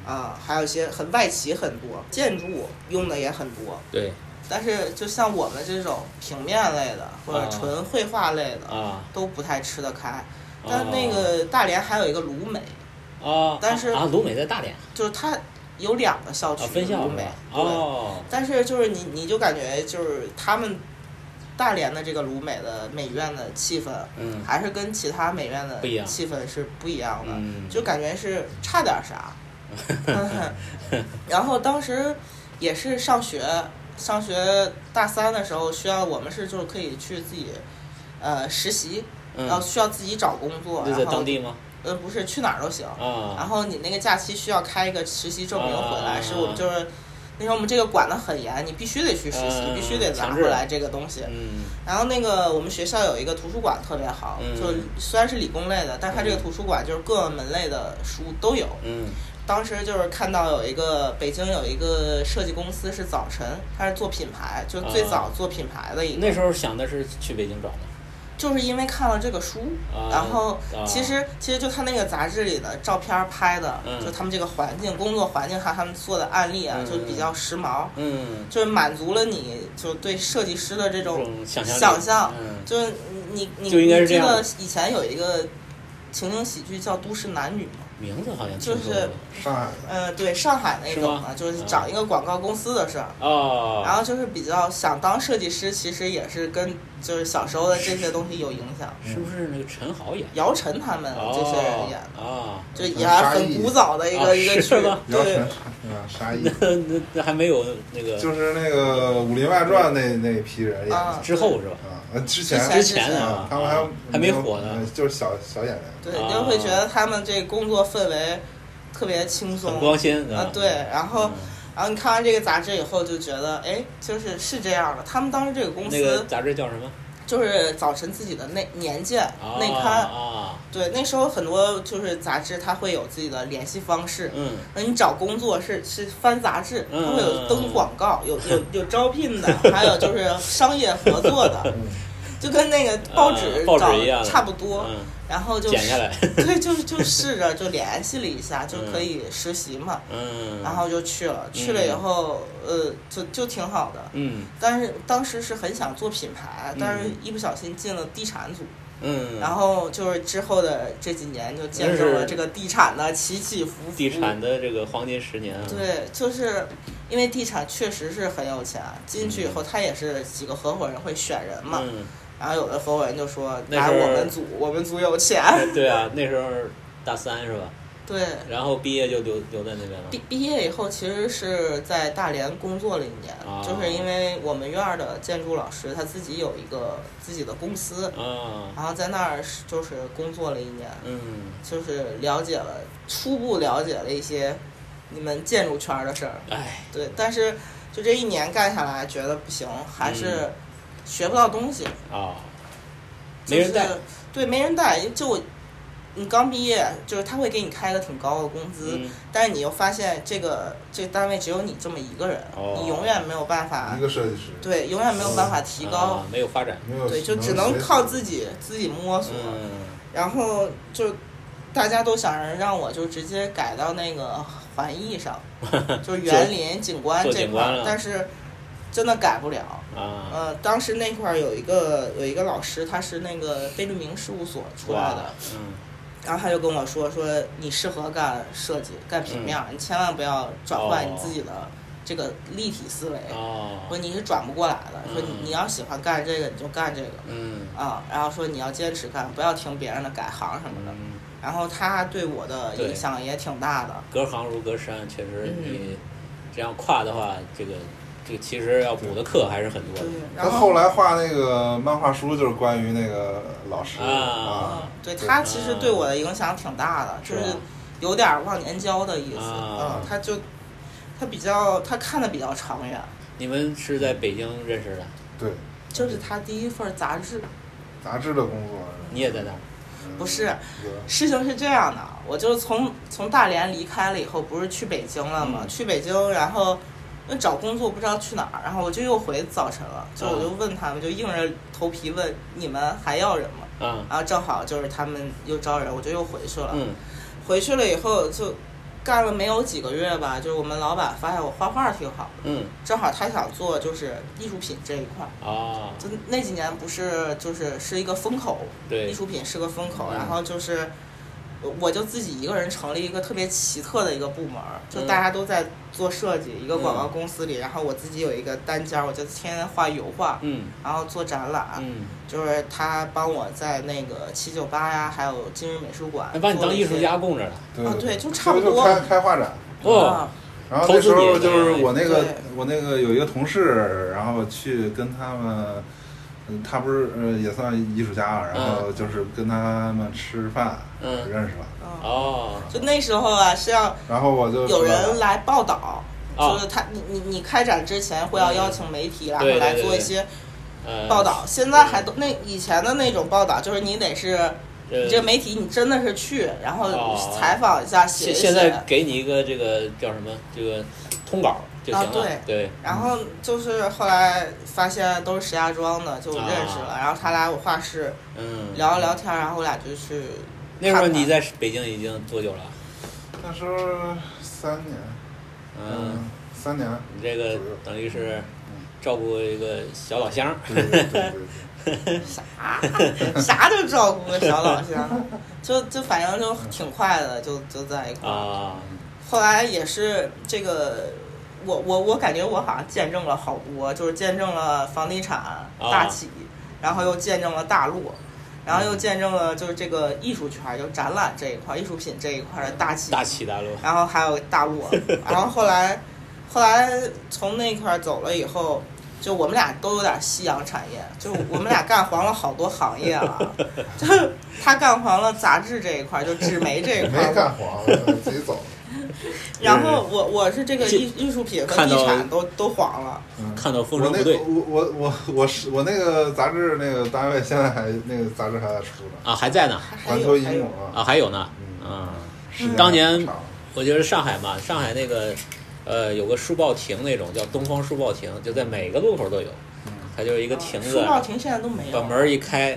E: 啊，还有一些很外企很多，建筑用的也很多。
D: 对
E: 但是就像我们这种平面类的或者纯绘画类的，
D: 啊
E: 都不太吃得开。
D: 哦
E: 但那个大连还有一个鲁美，
D: 啊，
E: 但是
D: 啊，鲁美在大连
E: 就是它有两个校区，
D: 啊分校
E: 鲁
D: 是
E: 美
D: 吧？
E: 对
D: 哦，
E: 但是就是你你就感觉就是他们大连的这个鲁美的美院的气氛，
D: 嗯
E: 还是跟其他美院的
D: 不一样
E: 气氛是不一样的，
D: 嗯
E: 就感觉是差点啥。
D: 哦
E: *laughs* 然后当时也是上学，上学大三的时候需要我们是就是可以去自己呃实习，
D: 嗯
E: 然后需要自己找工作，
D: 那在
E: 然后
D: 当地吗？
E: 呃不是去哪儿都行，
D: 啊，
E: 然后你那个假期需要开一个实习证明回
D: 啊
E: 来，是我们就是那时候我们这个管得很严，你必须得去实习，
D: 嗯
E: 必须得拿
D: 强
E: 回
D: 制
E: 来这个东西。
D: 嗯
E: 然后那个我们学校有一个图书馆特别好，
D: 嗯
E: 就虽然是理工类的，但它这个图书馆就是各个门类的书都有。
D: 嗯
E: 当时就是看到有一个北京有一个设计公司是早晨，它是做品牌，就是最早做品牌的一个，
D: 啊那时候想的是去北京找的
E: 就是因为看了这个书，
D: 啊
E: 然后
D: 啊
E: 其实其实就他那个杂志里的照片拍的，
D: 嗯
E: 就他们这个环境、工作环境还有他们做的案例啊，
D: 嗯
E: 就比较时髦，
D: 嗯，
E: 就是满足了你就对设计师的这
D: 这
E: 种
D: 种想象力
E: 想象，
D: 嗯
E: 就是你你
D: 就应该是这样
E: 你记得以前有一个情景喜剧叫《都市男女》吗？
D: 名字好像
E: 就
D: 听说
E: 是
D: 过
F: 上海的
E: 呃，对，上海那种
D: 是吗啊
E: 嘛，就是找一个广告公司的事儿。
D: 哦，
E: 然后就是比较想当设计师，其实也是跟就是小时候的这些东西有影响。
D: 是不是那个陈豪演的？
E: 姚晨他们这些人演的，
D: 哦
E: 就也很古早的一个
D: 啊
E: 一个剧
D: 是吗，
F: 姚
E: 对
F: 晨，嗯，沙溢
D: 啊，， *laughs* 那那那还没有那个
F: 就是那个《武林外传》那那批人演的
E: 啊
F: 啊
D: 之后是吧？
F: 呃之前
E: 之
D: 之
E: 前
D: 前
F: 啊
D: 呢，，
F: 他们还
D: 还没火呢
F: 嗯，就是小小演员，
E: 对，
D: 啊
E: 就会觉得他们这工作氛围特别轻松
D: 很光鲜嗯
E: 啊，对。然后，然后你看完这个杂志以后，就觉得哎，就是是这样的。他们当时这个公
D: 那个
E: 司
D: 杂志叫什么？
E: 就是早晨自己的内年鉴
D: 啊
E: 内刊，
D: 啊，
E: 对，那时候很多就是杂志，它会有自己的联系方式。
D: 嗯
E: 那你找工作是是翻杂志，它
D: 嗯
E: 会有登广告，有有有招聘的，还有就是商业合作的，就跟那个报纸
D: 啊嗯报纸
E: 找
D: 一样的
E: 差不多。
D: 嗯，
E: 然后就
D: 剪下来
E: 对，就就试着就联系了一下，就可以实习嘛。
D: 嗯，
E: 然后就去了，去了以后，呃，就就挺好的。
D: 嗯
E: 但是当时是很想做品牌，但是
D: 嗯
E: 一不小心进了地产组，
D: 嗯，
E: 然后就是之后的这几年就见证
D: 那是
E: 了这个地产的起起伏伏。
D: 地产的这个黄金十年啊，
E: 对，就是因为地产确实是很有钱，进去以后他也是几个合伙人会选人嘛，
D: 嗯，
E: 然后有的合伙人就说
D: 那
E: 来
D: 时候
E: 我们组，我们组有钱。
D: 对啊，那时候大三是吧？
E: 对，
D: 然后毕业就留留在那边了
E: 毕。毕业以后其实是在大连工作了一年，
D: 啊
E: 就是因为我们院儿的建筑老师他自己有一个自己的公司，
D: 啊，
E: 然后在那儿是就是工作了一年，
D: 嗯，
E: 就是了解了初步了解了一些你们建筑圈儿的事儿，
D: 哎，
E: 对，但是就这一年干下来觉得不行，还
D: 嗯
E: 是学不到东西，
D: 啊，
E: 就
D: 没人带
E: 是，对，没人带，就我你刚毕业，就是他会给你开个挺高的工资，
D: 嗯
E: 但是你又发现这个这个单位只有你这么一个人，
D: 哦
E: 你永远没有办法
F: 一，个设计师，
E: 对，永远没有办法提高
D: 啊，，没有发展，
F: 没有
E: 对，就只
F: 能
E: 能靠自己自己摸索，
D: 嗯，
E: 然后就大家都想着让我就直接改到那个环艺上，
D: *laughs*
E: 就是园林景观
D: 做
E: 这
D: 景
E: 块
D: 观
E: 儿
D: 了，
E: 但是真的改不了。
D: 啊，
E: 呃，当时那块儿有一个有一个老师，他是那个贝聿铭事务所出来的
D: 哇，，嗯，
E: 然后他就跟我说说你适合干设计，干平面儿，
D: 嗯
E: 你千万不要转换你自己的这个立体思维，说
D: 哦，
E: 你是转不过来的，说你
D: 嗯
E: 你要喜欢干这个你就干这个。
D: 嗯，
E: 啊，然后说你要坚持干，不要听别人的改行什么的。
D: 嗯，
E: 然后他对我的影响也挺大的。
D: 隔行如隔山，确实
E: 嗯
D: 你这样跨的话，这个这个其实要补的课还是很多
E: 对
D: 的，，
E: 然
F: 他
E: 后
F: 后来画那个漫画书，就是关于那个老师
D: 啊
E: 嗯
F: 啊，，
E: 对他其实对我的影响挺大的，就是
D: 吧
E: 是有点儿忘年交的意思。
D: 啊
E: 嗯，他就他比较他看的比较长远，
D: 你们是在北京认识的，
E: 嗯
F: 对
E: 就是他第一份杂志。
F: 杂志的工作，
D: 你也在那儿，
F: 嗯
E: 不是
F: 有
E: 事情是这样的，我就从从大连离开了以后，不是去北京了吗？
D: 嗯
E: 去北京，然后那找工作不知道去哪儿，然后我就又回早晨了，就
D: 啊
E: 我就问他们，就硬着头皮问你们还要人吗？
D: 啊，
E: 啊然后正好就是他们又招人，我就又回去了。
D: 嗯，
E: 回去了以后就干了没有几个月吧，就是我们老板发现我画画挺好的，
D: 嗯
E: 正好他想做就是艺术品这一块儿。
D: 啊，
E: 就那几年不是就是是一个风口，
D: 对
E: 艺术品是个风口，
D: 嗯
E: 然后就是我我就自己一个人成立一个特别奇特的一个部门儿，就
D: 嗯
E: 大家都在做设计，一个广告公司里，然后我自己有一个单间儿，我就天天画油画，
D: 嗯
E: 然后做展览，
D: 嗯，
E: 就是他帮我在那个七九八呀，还有今日美术馆，
D: 那把你当艺术家，供着了，
F: 对
E: 啊对就差
F: 就
E: 不多
F: 就开开画展。
E: 啊
D: 哦，
F: 然后那时
D: 投资
F: 候
D: 你
F: 就是我那个
E: 对
F: 我那个有一个同事，然后去跟他们，嗯，他不是呃也算艺术家，然后就是跟他们吃饭，
D: 嗯
F: 认识了。
E: 嗯，
D: 哦，
E: 就那时候啊是要
F: 然后我就
E: 有人
F: 说
E: 来报道，
D: 啊嗯
E: 就是他你你你开展之前会要邀请媒体，然后
D: 对对
E: 来
D: 对
E: 做一
D: 对
E: 些
D: 呃
E: 报道。现在还都那以前的那种报道，就是你得是
D: 呃
E: 你这媒体你真的是去，然后
D: 哦
E: 采访一下，
D: 现
E: 写一
D: 现在
E: 写。
D: 给你一个这个叫什么这个通稿就行
E: 啊
D: 了，对，
E: 然后就是后来发现都是石家庄的，就认识了。
D: 啊
E: 然后他来我画室
D: 嗯，
E: 聊了聊天，然后我俩就去
D: *laughs* 那时候
E: 看
D: 你
E: 看
D: 在北京已经多久了？
F: 那时候三年，
D: 嗯，，
F: 三年，
D: 你这个等于是照顾一个小老乡儿，
F: 对对对
D: *laughs*
F: 对对，
E: 啥啥都照顾个小老乡，就就反正就挺快的，就就在一块儿。
D: 啊，
E: 后来也是这个，我我我感觉我好像见证了好多，就是见证了房地
F: 啊
E: 产大起，然后又见证了大陆，然后又见证了就是这个艺术圈儿，就展览这一块儿、艺术品这一块儿的大起，
D: 大起大落，
E: 然后还有大陆，
F: *laughs*
E: 然后后来后来从那块儿走了以后。就我们俩都有点夕阳产业，就我们俩干黄了好多行
F: *laughs*
E: 业了，就是他干黄了杂志这一块儿，就纸媒这一块儿，
F: 没干黄，我自己走。
E: 然后我我是这个艺艺术品和
D: 看
E: 地
D: 到
E: 产都都黄了，
F: 嗯
D: *laughs* 看到风
F: 我
D: 声
F: 那
D: 不对
F: 个我我我我是我那个杂志那个单位现在还那个杂志还在出呢，
D: 啊，还在呢
E: 还
F: 环球
E: 有
F: 影
E: 还有
F: 母啊，
D: 啊，还有呢，
F: 嗯
D: 嗯，
F: 时间
D: 当年
F: 还长
D: 我觉得上海嘛，上海那个呃有个书报亭那种叫东方书报亭，就在每个路口都有，
F: 嗯
D: 它就是一个亭子啊
E: 哦书，报亭现在都没有
D: 把
E: 了，
D: 门儿一开，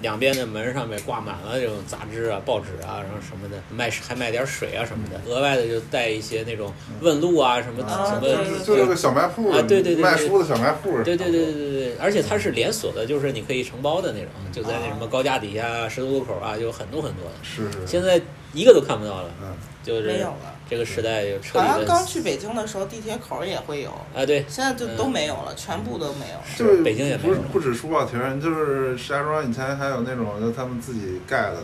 D: 两边的门上面挂满了这种杂志啊、报纸啊，然后什么的，卖还卖点水啊什么
F: 嗯
D: 的，额外的就带一些那种问路啊什么
F: 啊
D: 什
F: 嗯就是
D: 么，
F: 就是个小卖铺
D: 啊对对对对
F: 卖书的小卖铺，
D: 对对对对对对，而且它是连锁的，就是你可以承包的那种，就在那什么
F: 哦
D: 高架底下、十字路口啊，有很多很多的。
F: 是是，
D: 现在一个都看不到了，
F: 嗯，
D: 就
E: 没
D: 是
E: 有了。
D: 这个时代就彻
E: 好像
D: 底的
E: 刚去北京的时候，地铁口儿也会有，
D: 啊，对，
E: 现在就都没有了，全部都没有了。
F: 就是
D: 北京也没
F: 不
D: 有
F: 是不止书报亭，就是石家庄以前还有那种就他们自己盖的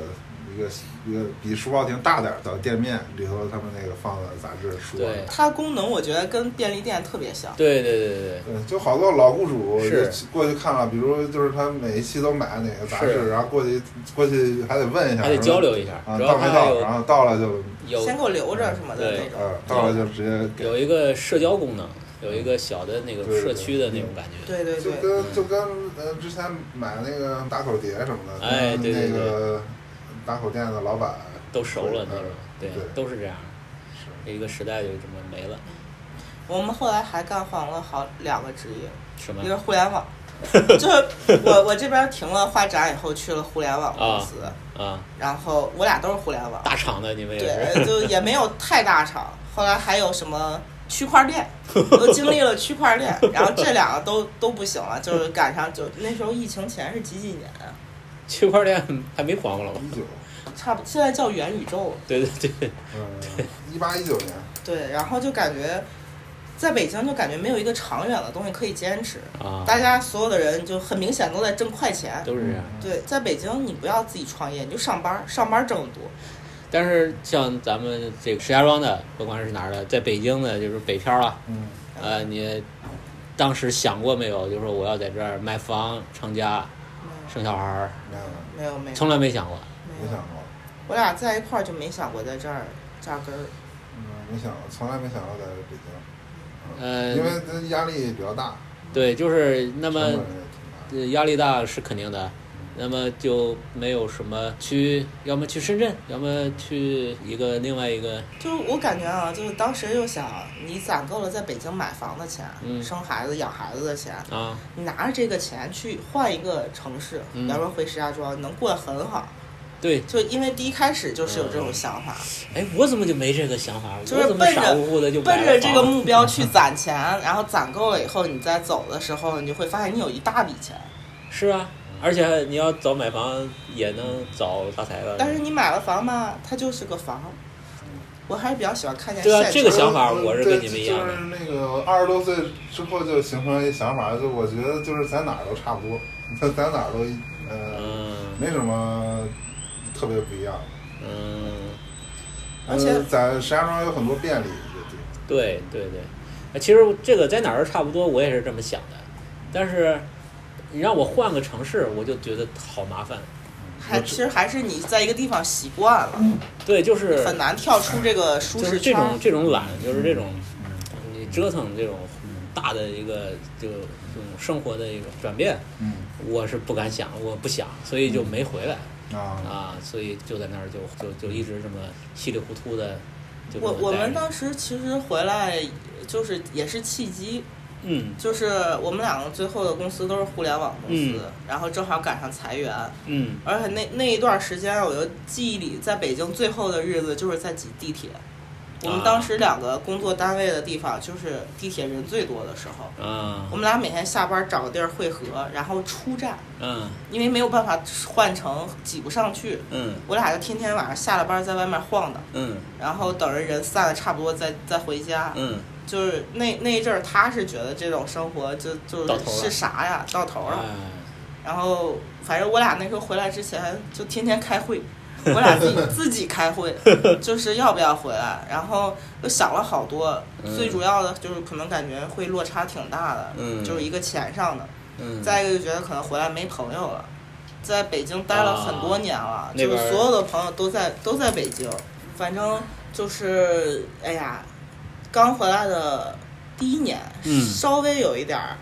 F: 一个一个比书报亭大点儿的店面，里头他们那个放的杂志书啊，
D: 对
E: 它功能我觉得跟便利店特别像，
D: 对对对对对，
F: 嗯，就好多老雇主
D: 是
F: 就过去看了，比如就是他每一期都买哪个杂
D: 是
F: 志，然后过去过去还得问一下，
D: 还得
F: 是吧
D: 交流一下，
F: 啊，
D: 主要
F: 到
D: 它
F: 没
D: 还
F: 到，然后到了就
D: 有有
E: 先给我留着什么的
D: 对
E: 那种。
F: 呃到了就直接给，
D: 有一个社交功能，有一个小的那个
F: 对对
D: 社区的那
F: 对
D: 种感觉。
E: 对对
F: 就
E: 对，
D: 嗯
F: 跟就跟呃之前买那个打口碟什么的，
D: 哎对
F: 跟
D: 对
F: 那
D: 对
F: 个打口店的老板
D: 都熟了那种
F: 嗯，
D: 对
F: 对，
D: 都是这样，
F: 是
D: 一个时代就这么没了，
E: 我们后来还干黄了好两个职业，
D: 什么
E: 一个是互联
D: *laughs*
E: 网，就是我我这边停了画展以后去了互联网公司，
D: 啊，
E: 然后我俩都是互联网，
D: 大厂的你们也
E: 对，
D: 是，
E: 就也没有太大厂。后来还有什么区块链，都经历了区块链，然后这两个都都不行了，就是赶上就那时候疫情前是几几年啊？
D: *laughs* 区块链还没黄过了吧？
F: 一九，
E: 差不现在叫元宇宙了。
D: 对对对，
F: 嗯，一八一九年，
E: 对，然后就感觉在北京就感觉没有一个长远的东西可以坚持，
D: 啊，
E: 大家所有的人就很明显都在挣快钱。
D: 都是这样。
E: 对，在北京你不要自己创业，你就上班，上班挣得多。
D: 但是像咱们这个石家庄的，甭管是哪儿的，在北京的，就是北漂啊，
F: 嗯，
D: 呃，你当时想过没有？就是说我要在这儿买
E: 嗯
D: 房、成家、生小孩儿，
F: 没有
E: 没有没有，
D: 从来没想过。
E: 没
F: 没
E: 有
F: 想过，
E: 我俩在一块儿就没想过在这儿扎根儿。
F: 嗯，没想过，从来没想过在北京，
D: 呃
F: 因，为这压力比较大，
D: 对，就是那
F: 成本也
D: 么
F: 挺大，
D: 呃压力大是肯定的，那么就没有什么去，要么去深圳，要么去一个另外一个，
E: 就是我感觉啊，就是当时就想，你攒够了在北京买房的钱、
D: 嗯
E: 生孩子、养孩子的钱，
D: 啊，
E: 你拿着这个钱去换一个城市，
D: 嗯
E: 比方说回石家庄，你能过得很好。
D: 对，
E: 就因为第一开始就是有这种想法，
D: 哎，我怎么就没这个想法？
E: 就是
D: 我怎么
E: 奔
D: 傻
E: 着
D: 乎乎的就买
E: 奔
D: 了
E: 着这个
D: 房
E: 目标去
D: *laughs*
E: 攒钱，然后攒够了以后，你再走的时候，你就会发现你有一大笔钱。
D: 是啊，而且你要早买房也能早发财了。
E: 但是你买了房吧，它就是个房。我还是比较喜欢看见
D: 对啊
E: 现
D: 这
E: 实
D: 个想法我是跟你们
F: 嗯对
D: 一样的
F: 就是那个二十多岁之后就形成一想法，就我觉得就是咱哪儿都差不多，咱咱哪儿都呃
D: 嗯
F: 没什么特别不一样的。
D: 嗯，
E: 而且
F: 呃在石家庄有很多便利的地方，
D: 对对对，呃其实这个在哪儿都差不多，我也是这么想的。但是你让我换个城市，我就觉得好麻烦。
E: 还其实还是你在一个地方习惯了，
D: 对，就是
E: 很难跳出这个舒
D: 嗯就是
E: 适
D: 这
E: 圈儿。
D: 种这种懒，就是这种你折腾这种大的一个就这种生活的一个转变，
F: 嗯
D: 我是不敢想，我不想，所以就没回来。
F: 啊，
D: 啊，所以就在那儿就就就一直这么稀里糊涂的就这
E: 我
D: 么
E: 我
D: 待
E: 们
D: 着
E: 当时其实回来就是也是契机，
D: 嗯
E: 就是我们两个最后的公司都是互联网公司，
D: 嗯
E: 然后正好赶上裁员，
D: 嗯
E: 而且那那一段时间，我就记忆里在北京最后的日子就是在挤地铁。我们当时两个工作单位的地方就是地铁人最多的时候，
D: 啊
E: 我们俩每天下班找个地儿汇合，然后出站，
D: 嗯
E: 因为没有办法换乘，挤不上去。
D: 嗯
E: 我俩就天天晚上下了班在外面晃荡，
D: 嗯
E: 然后等着人散了差不多再再回家。
D: 嗯
E: 就是那那一阵儿，他是觉得这种生活就就
D: 到头了
E: 是是啥呀，到头了。
D: 哎
E: 然后反正我俩那时候回来之前就天天开会，我俩
D: *laughs*
E: 自己自己开会，就是要不要回来，然后又想了好多，
D: 嗯
E: 最主要的就是可能感觉会落差挺大的，
D: 嗯
E: 就是一个钱上的，
D: 嗯
E: 再一个就觉得可能回来没朋友了。在北京待了很多年了，
D: 啊那边
E: 就
D: 儿
E: 是所有的朋友都在都在北京，反正就是哎呀，刚回来的第一年，
D: 嗯
E: 稍微有一点儿，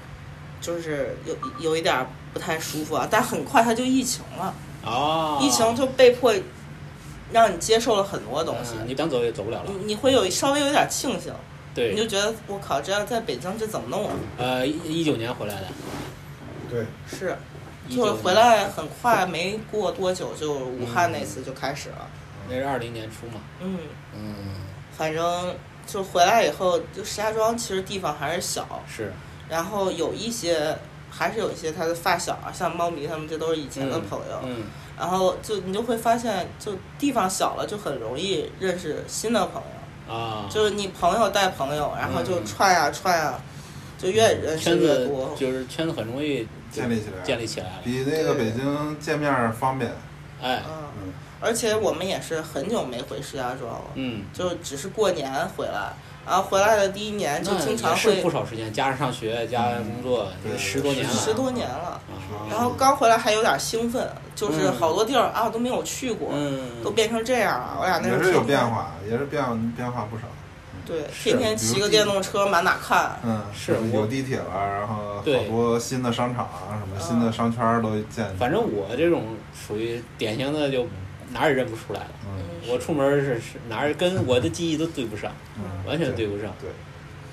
E: 就是有有一点儿不太舒服啊，但很快它就疫情了，
D: 哦
E: 疫情就被迫让你接受了很多东西，
D: 嗯你想走也走不了了
E: 你你会有稍微有点庆幸，你就
D: 对
E: 觉得我靠，这要在北京这怎么弄啊？
D: 呃一九年回来的
F: 对，
E: 是，
D: 19
E: 就是回来很快，没过多久就武汉那次就开始了，
D: 那是二零年初嘛
E: 嗯，
D: 嗯
E: 反正就回来以后，就石家庄其实地方还是小，
D: 是
E: 然后有一些还是有一些他的发小啊，像猫迷他们，这都是以前的
D: 嗯
E: 朋友。
D: 嗯
E: 然后就你就会发现，就地方小了，就很容易认识新的朋友。
D: 啊
E: 就是你朋友带朋友，然后就
D: 嗯
E: 串呀、串呀、就越认识
D: 圈
E: 越
D: 子
E: 多。
D: 就是圈子很容易
F: 建立起来
D: 建立起来了
F: 比那个
E: 对
F: 北京见面儿方便，
D: 哎
E: 嗯
F: 嗯，
E: 而且我们也是很久没回石家庄了，
D: 嗯
E: 就只是过年回来。然后回来的第一年就
D: 那
E: 经
D: 也
E: 常
D: 是
E: 会嗯
D: 不少时间加上上学加上工作
F: 对
D: 也十多年了
E: 十多年了。
D: 啊
E: 然后刚回来还有点兴奋，就是
D: 嗯
E: 好多地儿啊都没有去过，
D: 嗯
E: 都变成这样了。我俩那时
F: 也
E: 候
F: 是有
E: 天天
F: 变，化，也是变变化不少。
E: 对，
D: 是
E: 天天骑个电动车满哪看，
F: 嗯，
D: 是我
F: 有地铁了，然后好
D: 对
F: 多新的商场啊，什么
E: 嗯
F: 新的商圈儿都建起来。
D: 反正我这种属于典型的，就哪儿也认不出来了。
F: 嗯
D: 我出门是是哪儿跟我的记忆都对不上，
F: 嗯，
D: 完全对不上。
F: 对，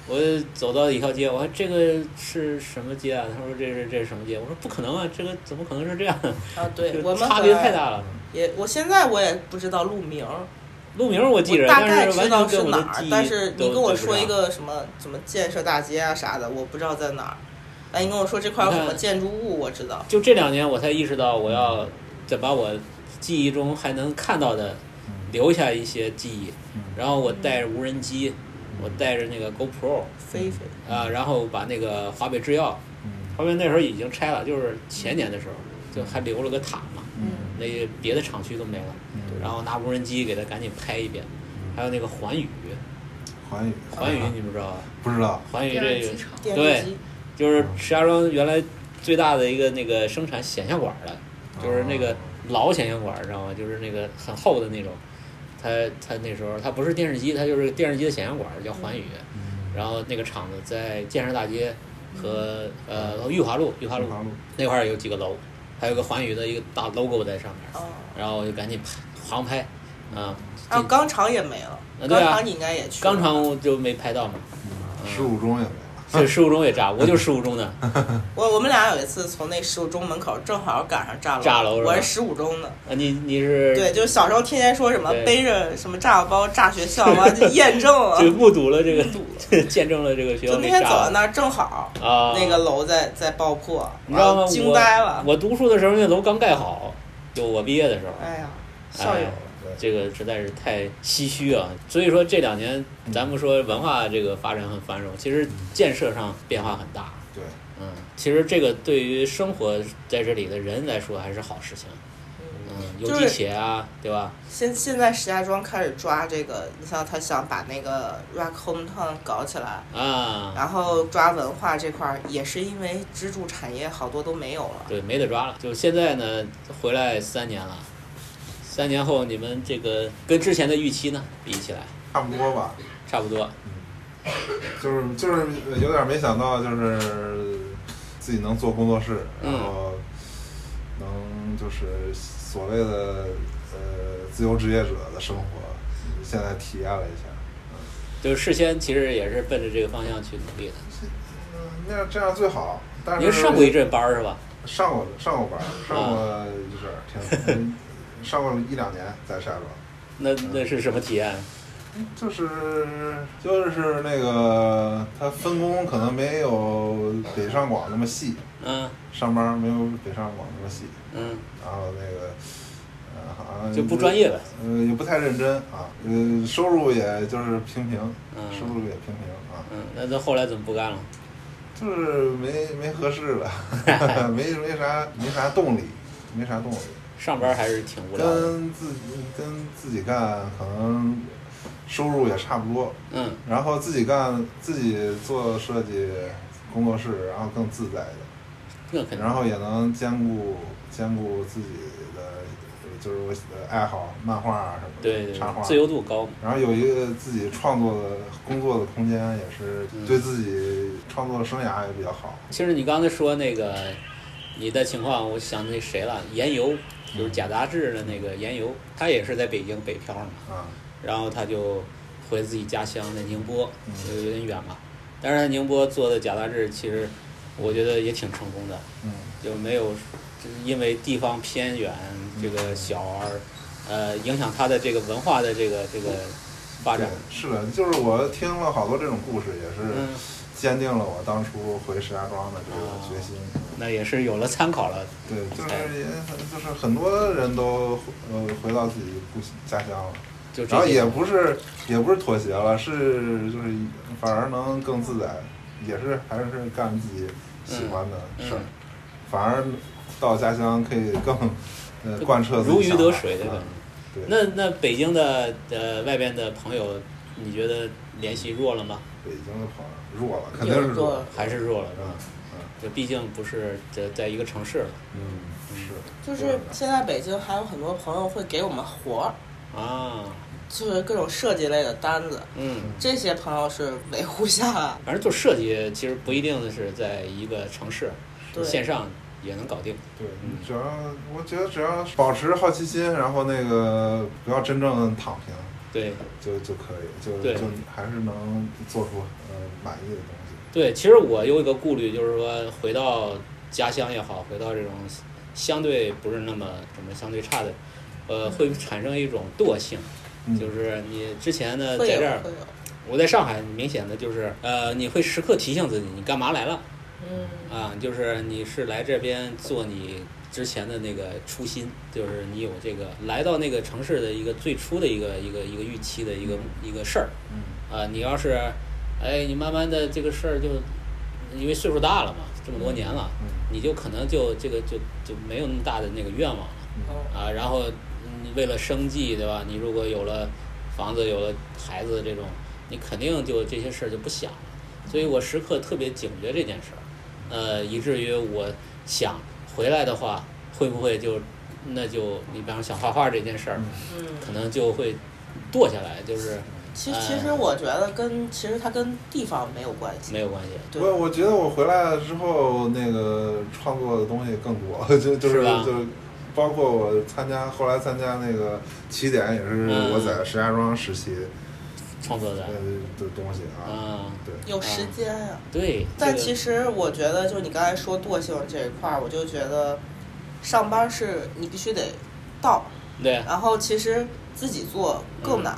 D: 我走到一条街，我说这个是什么街啊？他说这是这是什么街？我说不可能啊，这个怎么可能是这样？
E: 啊，
D: 这
E: 对我
D: 个
E: 们
D: 差别
E: 本来
D: 太大了。
E: 也，我现在我也不知道路名儿，
D: 路名我记着，
E: 我大概
D: 但是
E: 知
D: 完
E: 道
D: 全
E: 是
D: 跟我
E: 哪
D: 的
E: 儿
D: 记忆，
E: 但是你
D: 都
E: 跟我
D: 对不
E: 说一
D: 上
E: 个什么什么建设大街啊啥的，我不知道在哪儿。哎，你跟我说这块儿有
D: 你
E: 什
D: 看
E: 么建筑物，我知道。
D: 就这两年我才意识到，我要再把我记忆中还能看到的留下一些记忆
F: 嗯。
D: 然后我带着无人机，我带着那个 GoPro
E: 飞飞，
D: 啊，然后把那个华北制药。
F: 嗯
D: 后面那时候已经拆了，就是前年的时候，就还留了个塔嘛，
F: 嗯
D: 那个别的厂区都没了，
F: 嗯，
D: 然后拿无人机给它赶紧拍一遍，还有那个环宇，
F: 环宇，
D: 环宇你们知道吧？
F: *laughs* 不知道，
D: 环宇
G: 第二
D: 这
G: 机
D: 个
G: 场，
E: 电视
D: 对
E: 机，
D: 就是石家庄原来最大的一个那个生产显像管的，就是那个老显像管，知道吗？就是那个很厚的那种，它它那时候它不是电视机，它就是电视机的显像管，叫环宇。
F: 嗯，
D: 然后那个厂子在建设大街和呃裕华路，裕华路
F: 嗯
D: 嗯
F: 华路，
D: 那块儿有几个楼，还有个环宇的一个大 logo 在上面，
E: 哦，
D: 然后我就赶紧拍航拍，啊，
E: 啊，钢厂也没了，
D: 啊对
E: 钢
D: 啊
E: 厂你应该也去了。
D: 钢厂我就没拍到嘛，
F: 十五中也没了，
D: 所以十五中也炸，我就是十五中的，
F: 嗯
E: 我我们俩有一次从那十五中门口正好赶上炸楼，
D: 炸楼是吧
E: 我是十五中的，
D: 啊，你你是
E: 对，就是小时候天天说什么
D: 对，
E: 背着什么炸药包炸学校，完了就验证了
D: 就目睹了这个， *laughs* 见证了这个学校
E: 就那
D: 被
E: 天
D: 炸
E: 走到
D: 了
E: 那儿正好
D: 啊，
E: 那个楼在在爆破，
D: 你知道
E: 完
D: 吗？
E: 了惊呆了，
D: 我。我读书的时候，那楼刚盖好，就我毕业的时候，
E: 哎呀，校友
D: 哎这个实在是太唏嘘啊。所以说这两年，咱不说文化这个发展很繁荣，其实建设上变化很大。
F: 对，
D: 嗯，其实这个对于生活在这里的人来说还是好事情。嗯，有
E: 就
D: 地
E: 是
D: 铁啊，对吧？
E: 现现在石家庄开始抓这个，你像他想把那个 rock hometown 搞起来，
D: 啊，
E: 然后抓文化这块儿，也是因为支柱产业好多都没有了。
D: 对，没得抓了。就现在呢，回来三年了，三年后你们这个跟之前的预期呢比起来，
F: 差不多吧，
D: 差不多。
F: 就是就是有点没想到，就是自己能做工作室，然
D: 嗯
F: 后能就是所谓的呃自由职业者的生活，现在体验了一下。
D: 就是事先其实也是奔着这个方向去努力的。
F: 嗯，那样这样最好。但
D: 您
F: 是
D: 上过一阵班啊儿是吧？
F: 上过上过班儿，上过一阵儿，挺
D: *laughs*
F: 嗯上过一两年在石家庄。
D: 那那是什么体验？
F: 就是就是那个，他分工可能没有北上广那么细，
D: 嗯
F: 上班没有北上广那么细，
D: 嗯，
F: 然后那个，呃，好像
D: 就不专业呗。
F: 呃，也不太认真啊，呃，收入也就是平平，
D: 嗯
F: 收入也平平啊，
D: 嗯，那那后来怎么不干了？
F: 就是没没合适
D: *laughs*
F: 了，没没啥没啥动力，没啥动力，
D: 上班还是挺无聊的。
F: 跟自己跟自己干可能收入也差不多，
D: 嗯
F: 然后自己干自己做设计工作室，然后更自在的，
D: 那肯定。
F: 然后也能兼顾兼顾自己的呃就是我的爱好，漫画啊什么的，
D: 对对
F: 插画
D: 对，自由度高嘛。
F: 然后有一个自己创作的工作的空间，也是
D: 嗯
F: 对自己创作生涯也比较好。
D: 其实你刚才说那个你的情况，我想那谁了，言由，就是假杂志的那个言由，他也是在北京北漂嘛，
F: 啊，
D: 然后他就回自己家乡在宁波，
F: 嗯
D: 就有点远嘛。但是他宁波做的假杂志，其实我觉得也挺成功的。
F: 嗯，
D: 就没有，就是因为地方偏远这
F: 嗯
D: 个小而，呃，影响他的这个文化的这个这个发
F: 对
D: 展。，
F: 是的，就是我听了好多这种故事，也是
D: 嗯，哦
F: 坚定了我当初回石家庄的这个决心。
D: 那也是有了参考了。
F: 对，就是也很就是很多人都呃回到自己故乡家乡了，
D: 就这
F: 然后
D: 些
F: 也不是也不是妥协了，是就是反而能更自在，也是还是干自己喜欢的事儿，
D: 嗯
F: 反而到家乡可以更呃
D: 就
F: 贯彻自己
D: 如鱼
F: 想
D: 得
F: 法
D: 水的
F: 嗯
D: 感觉。
F: 对，
D: 那那北京的呃外边的朋友，你觉得联系弱了吗？
F: 北京的朋友弱了，肯定是弱了，
D: 还是弱了是
F: 嗯
D: 吧？就毕竟不是在在一个城市了
F: 嗯是，
E: 就是现在北京还有很多朋友会给我们活儿，
D: 啊。
E: 就是各种设计类的单子，
D: 嗯，
E: 这些朋友是维护下来。
D: 反正做设计其实不一定是在一个城市，
E: 对
D: 线上也能搞定。
F: 对，
D: 嗯
F: 你只要我觉得只要保持好奇心，然后那个不要真正躺平。
D: 对，
F: 就就可以，就
D: 对
F: 就还是能做出呃满意的东西。
D: 对，其实我有一个顾虑，就是说回到家乡也好，回到这种相对不是那么什么相对差的，呃，会产生一种惰性，
F: 嗯
D: 就是你之前呢呃
E: 会
D: 在
E: 有
D: 这儿
E: 会，有，
D: 我在上海明显的就是呃，你会时刻提醒自己你干嘛来了
E: 嗯，
D: 啊，就是你是来这边做你。之前的那个初心，就是你有这个来到那个城市的一个最初的一个一个一个预期的一个一个事儿，
F: 嗯
D: 啊，你要是，哎，你慢慢的这个事儿就，因为岁数大了嘛，这么多年了，
F: 嗯
D: 你就可能就这个就就没有那么大的那个愿望了
E: 哦
D: 啊。然后你为了生计，对吧？你如果有了房子，有了孩子这种，你肯定就这些事儿就不想了。所以我时刻特别警觉这件事儿，呃，以至于我想回来的话，会不会就那就你比方想画画这件事儿，
E: 嗯。
D: 可能就会剁下来，就是
E: 其实其实我觉得跟其实它跟地方没有关系，
D: 哎没有关系。
E: 对
F: 我我觉得我回来了之后，那个创作的东西更多， *laughs* 就就是是
D: 吧
F: 就包括我参加后来参加那个起点，也是
D: 嗯
F: 我在石家庄时期
D: 创作的
F: 呃的东西啊，
D: 啊，
F: 对，
E: 有时间啊呀、
D: 对。
E: 但
D: 这个
E: 其实我觉得，就是你刚才说惰性这一块儿，我就觉得上班是你必须得到，
D: 对
E: 然后其实自己做
D: 嗯
E: 更难。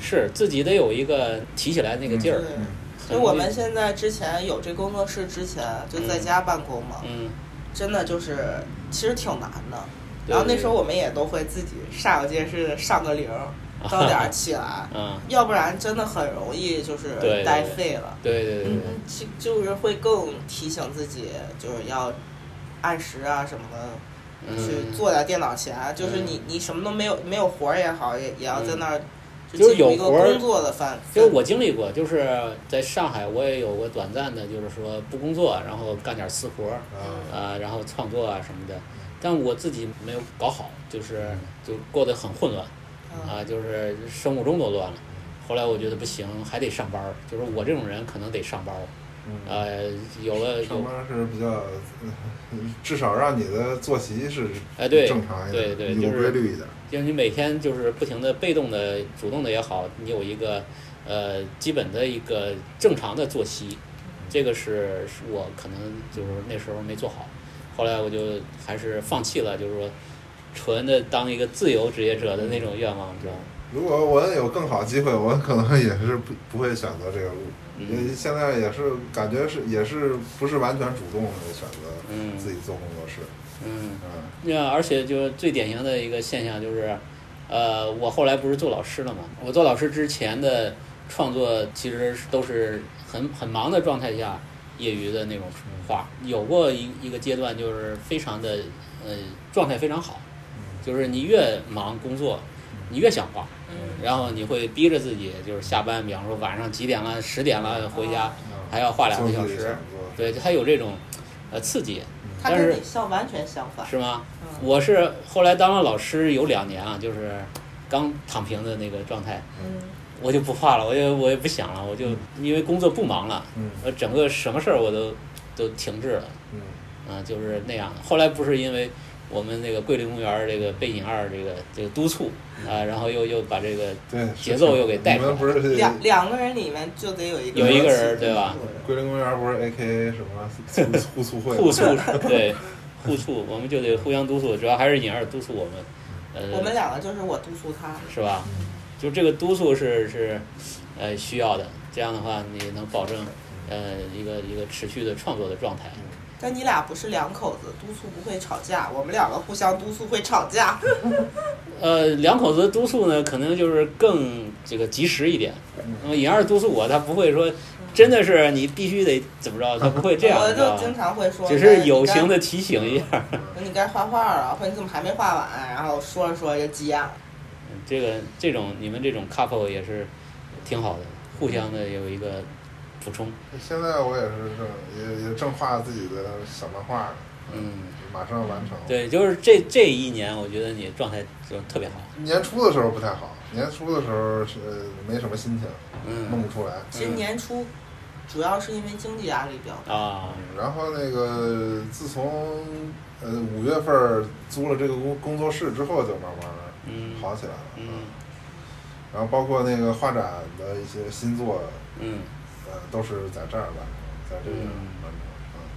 D: 是自己得有一个提起来那个劲
E: 对
D: 儿，，
E: 所以我们现在之前有这工作室之前就在家办公嘛，
D: 嗯，
E: 真的就是其实挺难的。
D: 对，
E: 然后那时候我们也都会自己煞有介事地上个铃儿，到点儿起来
D: *laughs* 啊，
E: 要不然真的很容易就是
D: 对对
E: 待废了。
D: 对对对对
E: 嗯，就就是会更提醒自己，就是要按时啊什么的，
D: 嗯，
E: 去坐在电脑前。就是你你什么都没有，没有活儿也好，也也要在那儿
D: 就是
E: 进入
D: 有
E: 一个
D: 活儿
E: 工作的范。
D: 嗯就是我经历过，就是在上海，我也有过短暂的，就是说不工作，然后干点私活儿，
F: 啊，
D: 呃，然后创作啊什么的，但我自己没有搞好，就是
F: 嗯
D: 就过得很混乱，
E: 嗯
D: 啊、就是生物钟都乱了。后来我觉得不行，还得上班儿，就是我这种人可能得上班儿，
F: 嗯，
D: 呃，有了
F: 上
D: 有，
F: 班是比较， *laughs* 至少让你的作息是
D: 哎对
F: 正常一
D: 对
F: 点，
D: 对
F: 有
D: 就是
F: 规律一点，
D: 就是你每天就是不停的被动的、主动的也好，你有一个呃基本的一个正常的作息，这个是是我可能就是那时候没做好，后来我就还是放弃了，就是说纯的当一个自由职业者的那种愿望，你知道吗？
F: 如果我有更好机会，我可能也是不不会选择这个路。
D: 嗯
F: 因为现在也是感觉是也是不是完全主动的选择
D: 嗯
F: 自己做工作室，
D: 嗯，
F: 嗯
D: 那而且就是最典型的一个现象就是，呃，我后来不是做老师了嘛？我做老师之前的创作其实是都是很很忙的状态下，业余的那种画。有过一一个阶段，就是非常的呃状态非常好，就是你越忙工作，你越想画，
E: 嗯
D: 然后你会逼着自己，就是下班，比方说晚上几点了，十点了回家
F: 嗯
D: 还要画两个
F: 做
D: 小
F: 自己
D: 时
F: 想，做
D: 对，
F: 的
D: 它有这种呃刺激，
E: 他
D: 但
E: 跟
D: 是
E: 你相完全相反。
D: 是吗？
E: 嗯
D: 我是后来当了老师有两年啊，就是刚躺平的那个状态，
E: 嗯，
D: 我就不画了，我也我也不想了，我就因为工作不忙了，
F: 嗯
D: 我整个什么事儿我都都停滞了，
F: 嗯
D: 啊、就是那样。后来不是因为我们那个桂林公园儿这个背景二这个这个督促啊、
E: 嗯
D: 然后又又把这个
F: 对是
D: 节奏又给带
F: 你
D: 出来
F: 们不是
E: 两两个人里面就得有一个
D: 有一个
E: 起
D: 人
E: 的
D: 对吧
E: 作用
F: 桂林公园不是 A K A 什么
D: *laughs*
F: 互互促会
D: 互促，
E: *laughs*
D: 对互促，我们就得互相督促，主要还是尹二督促我们，呃，
E: 我们两个就是我督促他，
D: 是吧？就这个督促是是，呃，需要的。这样的话，你能保证呃一个一个持续的创作的状态。
E: 但你俩不是两口子，督促不会吵架，我们两个互相督促会吵架。
D: 呃，两口子的督促呢，可能就是更这个及时一点。那么尹二督促我，他不会说真的是你必须得怎么着，他不会这样，
E: *laughs* 我
D: 你知道
E: 就经
D: 吧？
E: 常会说，
D: 只
E: 哎
D: 是友情。的提醒一下。
E: 你该你该画画了，或者你怎么还没画完？然后说着说着就急啊眼了。
D: 这个这种你们这种 couple 也是挺好的，互相的有一个补充。
F: 现在我也是正也也正画自己的小漫画呢，
D: 嗯，
F: 马上要完成。，
D: 对，就是这这一年，我觉得你状态就特别好。
F: 年初的时候不太好，年初的时候是没什么心情，弄
D: 嗯
F: 不出来。
E: 其实年初主要是因为经济压力比较大，
D: 啊，
F: 然后那个自从呃五月份儿租了这个工工作室之后，就慢慢儿
D: 嗯，
F: 好起来了。
D: 嗯
F: 然后包括那个画展的一些新作，
D: 嗯，
F: 呃，都是在这儿完成，在这个
D: 嗯
F: 完成。嗯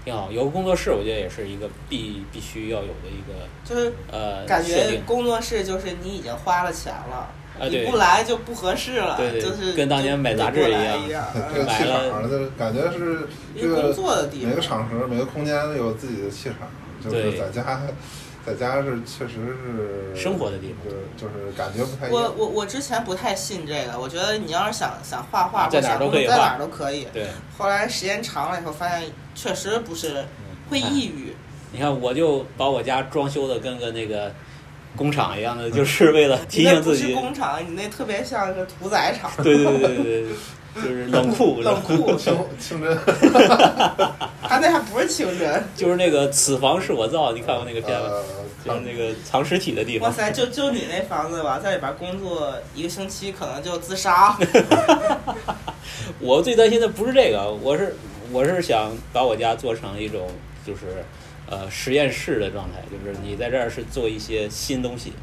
D: 挺好。有个工作室，我觉得也是一个必必须要有的一个
E: 就是
D: 呃
E: 感
D: 设
E: 觉
D: 定。
E: 工作室就是你已经花了钱了，
D: 啊
E: 你
D: 对
E: 不来就不合适了，
D: 对对
E: 就是
D: 跟当年买杂志一
E: 就不
D: 样
E: 来一
D: *laughs*
E: 样。
F: 嗯
E: 嗯
F: 这个气场儿，就是感觉是
E: 哎因
F: 这
E: 为工
F: 个
E: 作的地
F: 每个
E: 方，
F: 场合、每个空间有自己的气场，就是
D: 对
F: 在家， *laughs* 在家是确实是
D: 生活的地方
F: 就是就是感觉不太一
E: 我
F: 样。
E: 我我之前不太信这个，我觉得你要是想想画画，
D: 啊在哪儿
E: 或
D: 都可
E: 想
D: 以
E: 在
D: 画
E: 哪儿都可以。
D: 对，
E: 后来时间长了以后，发现确实不是
D: 嗯
E: 会抑郁，
D: 你看，我就把我家装修的跟个那个工厂一样的，就是为了提
E: 你那
D: 醒
E: 不
D: 自
E: 是
D: 己。
E: 工厂，你那特别像是屠宰场，
D: 对对对对对对，就是冷酷
E: *laughs* 冷， *laughs* 酷，
F: 清清真，
E: *laughs* 他那啊还不是清真。
D: 就是那个此房是我造，你看过那个片吗？
F: 呃，
D: 就是那个藏尸体的地
E: 哇
D: 方。
E: 塞，就就你那房子吧，在里边工作一个星期，可能就
D: *laughs*
E: 自杀。
D: 我最担心的不是这个，我是我是想把我家做成一种就是呃实验室的状态，就是你在这儿是做一些新东西，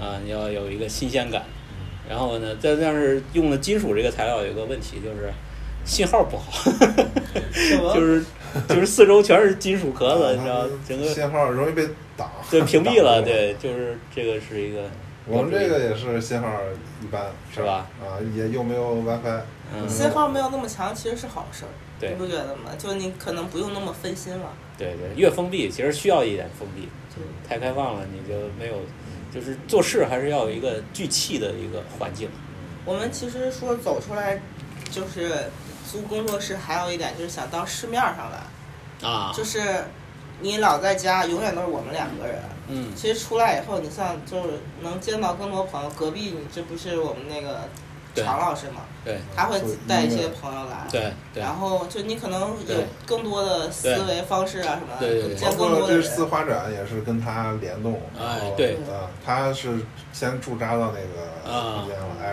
D: 啊、你要有一个新鲜感，然后呢，但但是用了金属这个材料有一个问题就是信号不好，
E: 什
D: *laughs*
E: 么
D: 就是就是四周全是金属壳子，你知道
F: 然后，
D: 整个
F: 信号容易被挡，
D: 对屏
F: *laughs*
D: 蔽了，
F: 挡住。
D: 对，就是这个是一个
F: 我们这个也是信号一般，
D: 是吧？
F: 啊，也又没有 WiFi，
D: 嗯
E: 信号没有那么强，其实是好事儿，
D: 对
E: 你不觉得吗？就你可能不用那么分心了。
D: 对对，越封闭其实需要一点封闭，
E: 对
D: 太开放了你就没有，就是做事还是要有一个聚气的一个环境。
E: 我们其实说走出来，就是租工作室，还有一点就是想到市面上来，
D: 啊，
E: 就是你老在家，永远都是我们两个人。
D: 嗯
E: 其实出来以后，你像就是能见到更多朋友。隔壁你这不是我们那个
D: 对
E: 常老师嘛，
D: 对
E: 他会带一些朋友来。
D: 对对
E: 然后就你可能有
D: 对
E: 更多的思维方式啊什么
D: 对对
E: 的，
D: 对
E: 见
F: 包
E: 更
F: 括
E: 多的
F: 这次
E: 人。
F: 画展也是跟他联动，
D: 哎
F: 然后
D: 对
F: 啊，他是先驻扎到那个
D: 啊
F: 空间了 era，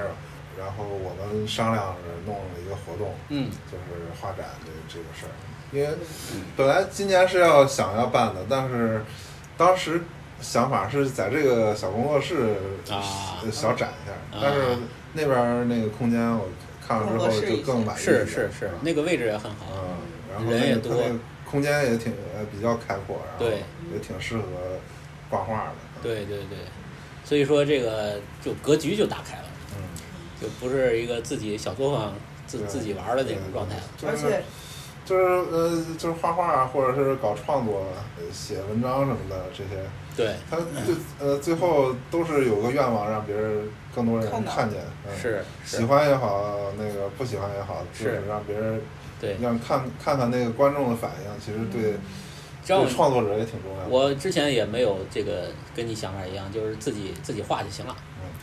F: 然后我们商量着弄了一个活动，
D: 嗯
F: 就是画展这这个事儿，因为本来今年是要想要办的，但是当时想法是在这个小工作室呃
D: 啊
F: 小展一下，
D: 啊
F: 但是那边儿那个空间我看了之后
E: 更合适一
F: 就
E: 些
F: 更满意了，
D: 是是是
F: 吧，
D: 那个位置也很好。
F: 嗯，然后
D: 人也
F: 那个
D: 多
F: 它那个空间也挺呃比较开阔，然后
D: 对
F: 也挺适合挂画的。，嗯
D: 对对对，所以说这个就格局就打开了，
F: 嗯，
D: 就不是一个自己小作坊自
F: 对
D: 自己玩的那种状态了。
F: 对
E: 而
F: 就是
E: 且
F: 就是呃就是画画或者是搞创作、呃写文章什么的这些，
D: 对，
F: 他最呃最后都是有个愿望让别人更多人
E: 看到
F: 看见，嗯、
D: 是
F: 喜
D: 是，
F: 欢也好，那个不喜欢也好，就是让别人
D: 对。
F: 让看看看那个观众的反应，其实对
E: 嗯
D: 让
F: 对创作者也挺重要的。
D: 我之前也没有这个跟你想法一样，就是自己自己画就行了，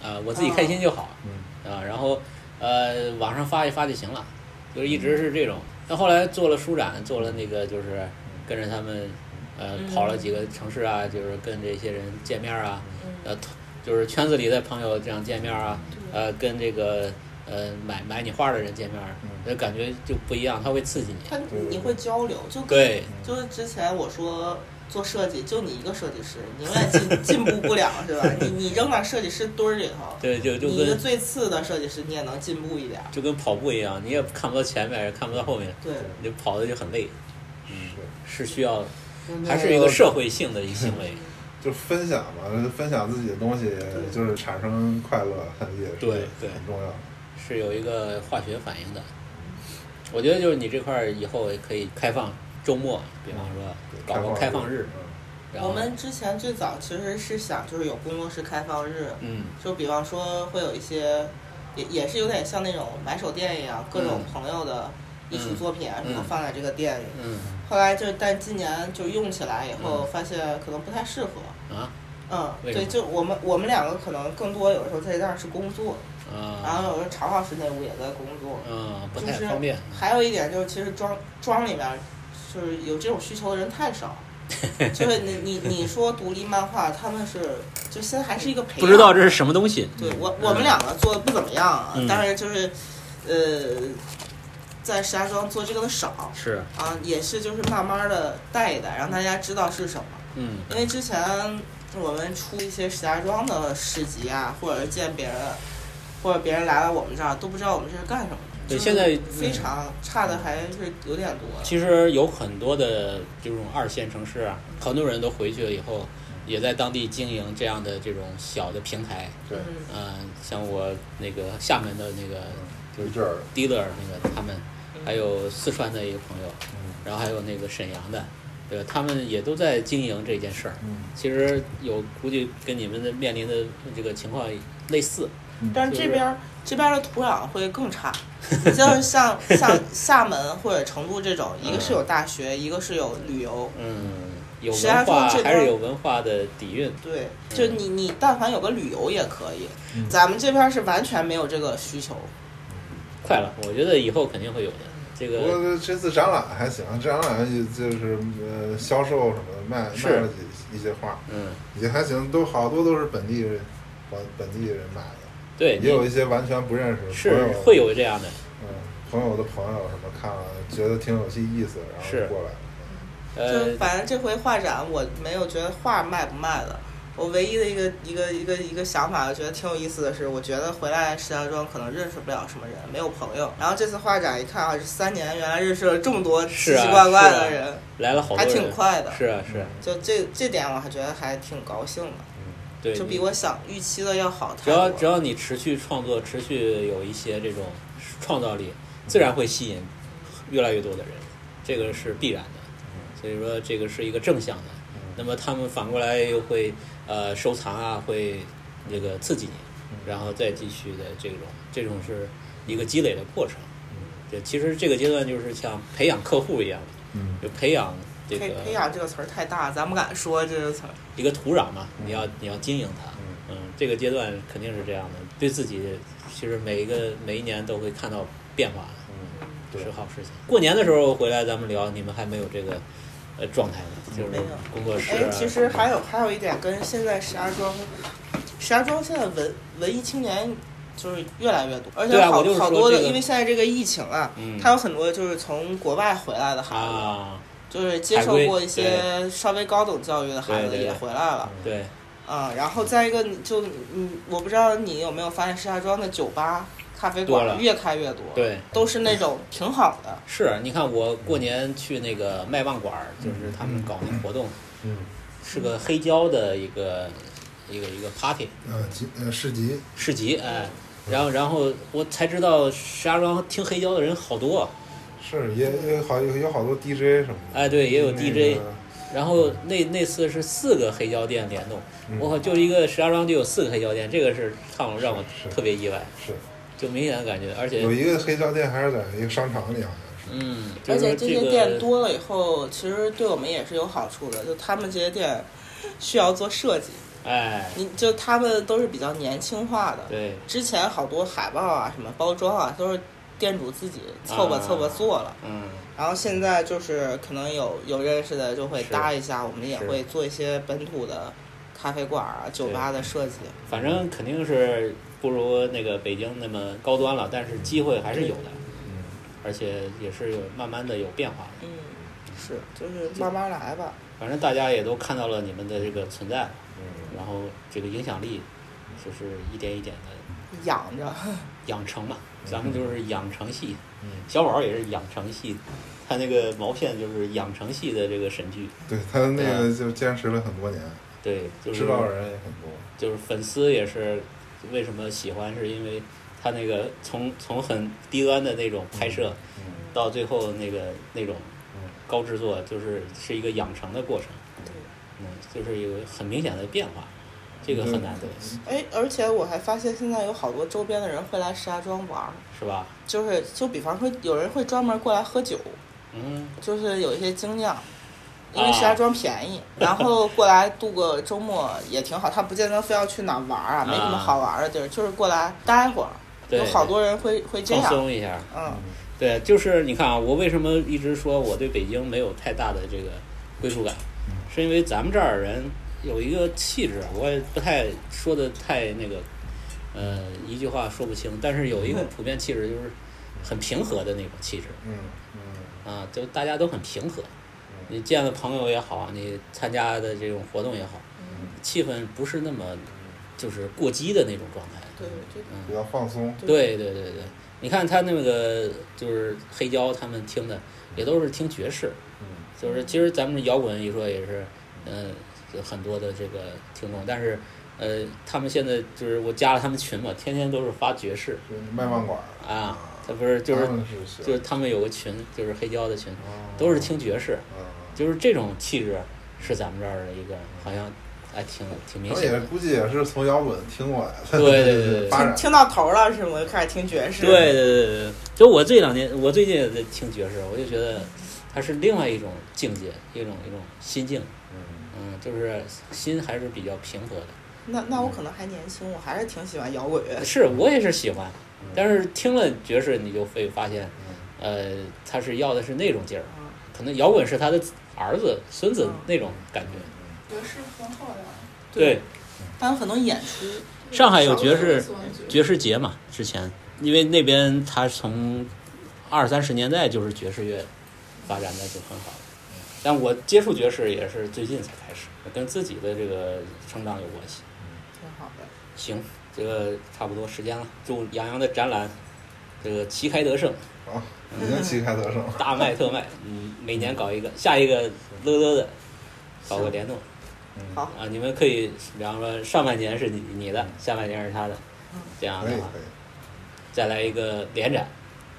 D: 啊，我自己开心就好，
F: 嗯
D: 啊，然后呃网上发一发就行了，就是一直是这种。但后来做了书展，做了那个就是跟着他们，呃，跑了几
E: 嗯
D: 个城市啊，就是跟这些人见面啊，呃，就是圈子里的朋友这样见面啊，呃，跟这个呃买买你画的人见面，那感觉就不一样，它会刺激你。
E: 他你会交流，就跟
D: 对
E: 就是之前我说做设计，就你一个设计师，你永远进进步不了，是吧？你你扔到设计师堆儿里头，
D: 对，就就
E: 你一个
D: 跟
E: 最次的设计师，你也能进步一点儿。
D: 就跟跑步一样，你也看不到前面，也看不到后面。
E: 对，
D: 你跑的就很累，嗯是
F: 是。
D: 嗯需要，
F: 那
D: 还是一个社会性的一个行为。
F: 就分享嘛，分享自己的东西，就是产生快乐，很也是
D: 对对
F: 很重要。
D: *laughs* 是有一个化学反应的。我觉得就是你这块儿以后也可以开放周末，比方说搞个开放日，然后
E: 我们之前最早其实是想就是有工作室开放日，
D: 嗯
E: 就比方说会有一些，也也是有点像那种买手店一样，各种
D: 嗯
E: 朋友的艺术
D: 嗯
E: 作品啊什么
D: 嗯
E: 放在这个店里。
D: 嗯
E: 后来就是，但今年就用起来以后，
D: 嗯
E: 发现可能不太适合。
D: 啊
E: 嗯，
D: 为什
E: 对，
D: 么
E: 就我们我们两个可能更多有的时候在那儿是工作，然
D: 啊
E: 后有时候长老师那屋也在工作，
D: 嗯，不
E: 就
D: 太
E: 是
D: 方便。 *laughs*
E: 还有一点就是，其实庄庄里面就是有这种需求的人太少，就是你你你说独立漫画，他们是就现在还是一个培养，
D: 不知道这是什么东西，
E: 对我我们两个做的不怎么样啊，
D: 嗯
E: 但是就是呃，在石家庄做这个的少
D: 是
E: 啊，也是就是慢慢的带一带，让大家知道是什么。
D: 嗯
E: 因为之前我们出一些石家庄的市集啊，或者是见别人，或者别人来了我们这儿都不知道我们这是干什么的。
D: 对
E: 就是
D: 现在嗯
E: 非常差的还是有点多。
D: 其实有很多的这种二线城市啊，很多人都回去了以后，也在当地经营这样的这种小的平台。
F: 对，
E: 嗯，
D: 嗯、像我那个厦门的那个
F: 就是这儿，
D: dealer 那个他们，还有四川的一个朋友，
F: 嗯
D: 然后还有那个沈阳的，对吧？他们也都在经营这件事儿。
F: 嗯
D: 其实有估计跟你们的面临的这个情况类似，
E: 但是这边儿这边儿的土壤会更差。你就是像像厦门或者成都这种，一个是有大学，一个是有旅游。
D: *laughs* 嗯，有
E: 石家
D: 文
E: 庄
D: 化
E: 这边
D: 还是有文化的底蕴，
E: 对，就
D: 嗯
E: 你你但凡有个旅游也可以，咱们这边儿是完全没有这个需求。
D: 快了，我觉得以后肯定会有的。这
F: 不
D: 个
F: 过这次展览还行，展览就就是呃销售什么的卖
D: 是
F: 卖了几一些画，
D: 嗯，
F: 也还行，都好多都是本地人，本本地人买的，
D: 对，
F: 也有
D: 你
F: 一些完全不认识，
D: 是
F: 朋友
D: 会有这样的。
F: 嗯朋友的朋友什么看了觉得挺有些意思，然后
D: 是
F: 过来了，
E: 就
D: 呃，
E: 反正这回画展我没有觉得画卖不卖的，我唯一的一个一个一个一个想法，我觉得挺有意思的是，我觉得回来石家庄可能认识不了什么人，没有朋友。然后这次画展一看啊，这三年原来认识了这么多
D: 是
E: 奇
D: 啊
E: 奇怪怪的
D: 是啊
E: 人，
D: 来了好多
E: 还
D: 人，
E: 挺快的。
D: 是啊是啊，
E: 就这这点我还觉得还挺高兴的，
D: 对，
E: 就比
D: 你
E: 我想预期的要好太
D: 只
E: 多
D: 要
E: 了。
D: 只要你持续创作，持续有一些这种创造力，自然会吸引越来越多的人，这个是必然
F: 嗯
D: 的。所以说，这个是一个正向的。那么他们反过来又会呃收藏啊，会这个刺激
F: 嗯
D: 你，然后再继续的这种，这种是一个积累的过程。对，其实这个阶段就是像培养客户一样，
F: 嗯
D: 就培养这
E: 培
D: 个
E: 培养这个词儿太大，咱不敢说这个词儿。
D: 一个土壤嘛，
E: 嗯
D: 你要你要经营它。嗯，这个阶段肯定是这样的，对自己其实每一个每一年都会看到变化，
F: 嗯，对
D: 是好事情。过年的时候回来咱们聊，你们还没有这个呃状态呢，就是
E: 嗯没有
D: 工作室、
E: 哎，
D: 啊。
E: 其实还有还有一点跟现在石家庄，石家庄现在文文艺青年就是越来越多，而且
D: 对啊
E: 好、
D: 我就是说
E: 好多的，
D: 这个
E: 因为现在这个疫情啊，
D: 嗯
E: 他有很多就是从国外回来的孩子，
D: 啊，
E: 就是接受过一些稍微高等教育的孩子
D: 对对对嗯
E: 也回来了。
D: 对，
E: 啊、然后再一个，你就嗯，我不知道你有没有发现，石家庄的酒吧、咖啡
D: 多
E: 馆
D: 了
E: 越开越多，
D: 对，
E: 都是那种挺好的，
D: 是啊你看
E: 嗯
D: 我过年去那个麦旺馆儿，就是他们搞那活动，
F: 嗯
D: 是个黑胶的一个一个一个 party，
F: 呃集呃市集
D: 市集，哎，然后然后我才知道石家庄听黑胶的人好多，
F: 是也也好有有好多 DJ 什么的，
D: 哎对也有
F: 那
D: DJ
F: 个
D: 然后那那次是四个黑胶店联动，
F: 嗯
D: 我靠，就一个石家庄就有四个黑胶店，这个是让我让我
F: 是是
D: 特别意外，
F: 是
D: 就明显感觉，而且
F: 有一个黑胶店还是在一个商场里好像是，
D: 嗯，就
E: 而
D: 是说
E: 且这
D: 个
E: 些店多了以后，其实对我们也是有好处的。就他们这些店需要做设计，
D: 哎，
E: 你就他们都是比较年轻化的。
D: 对，
E: 之前好多海报啊、什么包装啊，都是店主自己凑吧
D: 啊
E: 凑吧做了。
D: 嗯，
E: 然后现在就是可能有有认识的就会
D: 是
E: 搭一下，我们也
D: 是
E: 会做一些本土的咖啡馆啊、酒吧的设计。
D: 反正肯定是不如那个北京那么高端了，但是机会还是有的，
F: 嗯
D: 而且也是有慢慢的有变化的，
E: 嗯，是，就是慢慢来吧。
D: 反正大家也都看到了你们的这个存在，
F: 嗯
D: 然后这个影响力就是一点一点的
E: 养着， *laughs*
D: 养成嘛，咱们就是养成系。
F: 嗯，
D: 小宝也是养成系，他那个毛片就是养成系的这个神剧，
F: 对他那个就坚持了很多年，
D: 对，就是
F: 知道人也很多，
D: 就是粉丝也是为什么喜欢，是因为他那个从从很低端的那种拍摄
F: 嗯
D: 到最后那个那种
F: 嗯
D: 高制作，就是是一个养成的过程，嗯，就是有很明显的变化，这个很
F: 嗯
D: 难得，
E: 哎，而且我还发现现在有好多周边的人会来石家庄玩儿。
D: 是吧？
E: 就是就比方说有人会专门过来喝酒，
D: 嗯，
E: 就是有一些精酿，因为石
D: 啊
E: 家庄便宜，然后过来度个周末也挺好。他不见得非要去哪玩儿啊，没什么好玩儿的地儿，就是过来待会儿。
D: 对
E: 有好多人会会这
D: 放
E: 样，
D: 松一下，
E: 嗯，
D: 对，就是你看啊，我为什么一直说我对北京没有太大的这个归属感，是因为咱们这儿人有一个气质，我也不太说的太那个，呃，一句话说不清，但是有一个普遍气质就是很平和的那种气质
F: 嗯嗯
D: 啊，就大家都很平和，你见了朋友也好，你参加的这种活动也好，气氛不是那么就是过激的那种状态，
E: 对，就
F: 嗯比较放松，
D: 对对对对，你看他那个就是黑胶，他们听的也都是听爵士，
F: 嗯
D: 就是其实咱们摇滚一说也是，嗯、有很多的这个听众，但是呃，他们现在就是我加了他们群嘛，天天都是发爵士
F: 就是卖饭馆
D: 啊，他不是就是
F: 他们是
D: 就是他们有个群，就是黑胶的群，
F: 哦
D: 都是听爵士，
F: 嗯，
D: 就是这种气质是咱们这儿的一个好像还挺挺明
F: 他们
D: 显
F: 也
D: 的，
F: 估计也是从摇滚听过来的，
D: 对对对对
F: *laughs* 发展
E: *laughs* 听到头儿了是吗？就开始听爵士，
D: 对对，对对，对，就我这两年，我最近也在听爵士，我就觉得它是另外一种境界，一种一种心境，
F: 嗯
D: 嗯，就是心还是比较平和的。
E: 那那我可能还年轻，我还是挺喜欢摇滚乐。
D: 是我也是喜欢，但是听了爵士，你就会发现，呃，他是要的是那种劲儿，
E: 嗯
D: 可能摇滚是他的儿子、孙子那种感觉。
G: 爵士很好呀，
D: 嗯对，
E: 还有很多演出，
D: 上海有爵士
G: 少数民族
D: 爵士节嘛，之前因为那边他从二三十年代就是爵士乐发展的就很好。但我接触爵士也是最近才开始，跟自己的这个成长有关系。
E: 挺好的。
D: 行，这个差不多时间了，祝杨洋的展览这个旗开得胜，
F: 好，嗯已经旗开得胜。
D: 大卖特卖。嗯，每年搞一个，下一个乐乐的搞个联动
F: 嗯，
E: 好
D: 啊，你们可以，比方说上半年是你你的，下半年是他的，这样
F: 可
D: 的
F: 以
D: 话
F: 可以。
D: 再来一个联展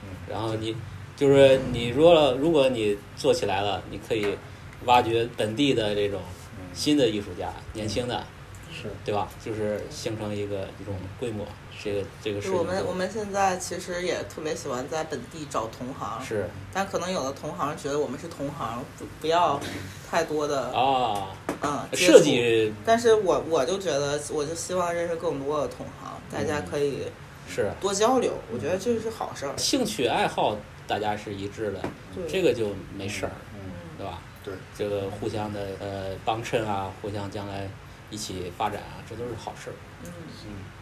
F: 嗯，
D: 然后你就是你如果如果你做起来了，你可以挖掘本地的这种
F: 嗯，
D: 新的艺术家，年轻的，
F: 是
D: 对吧？就是形成一个一种规模，这个这个事
E: 就
D: 情
E: 我们
D: 就
E: 我们现在其实也特别喜欢在本地找同行，
D: 是
E: 但可能有的同行觉得我们是同行，不不要太多的
D: 啊，
E: 嗯接触
D: 设计
E: 但是我我就觉得，我就希望认识更多的同行，大家
D: 嗯
E: 可以
D: 是
E: 多交流，我觉得这是好事儿。
D: 兴趣爱好，大家是一致的，
E: 对
D: 这个就没事儿，
F: 嗯，
D: 对吧？
F: 对，
D: 这个互相的呃帮衬啊，互相将来一起发展啊，这都是好事儿。
E: 嗯，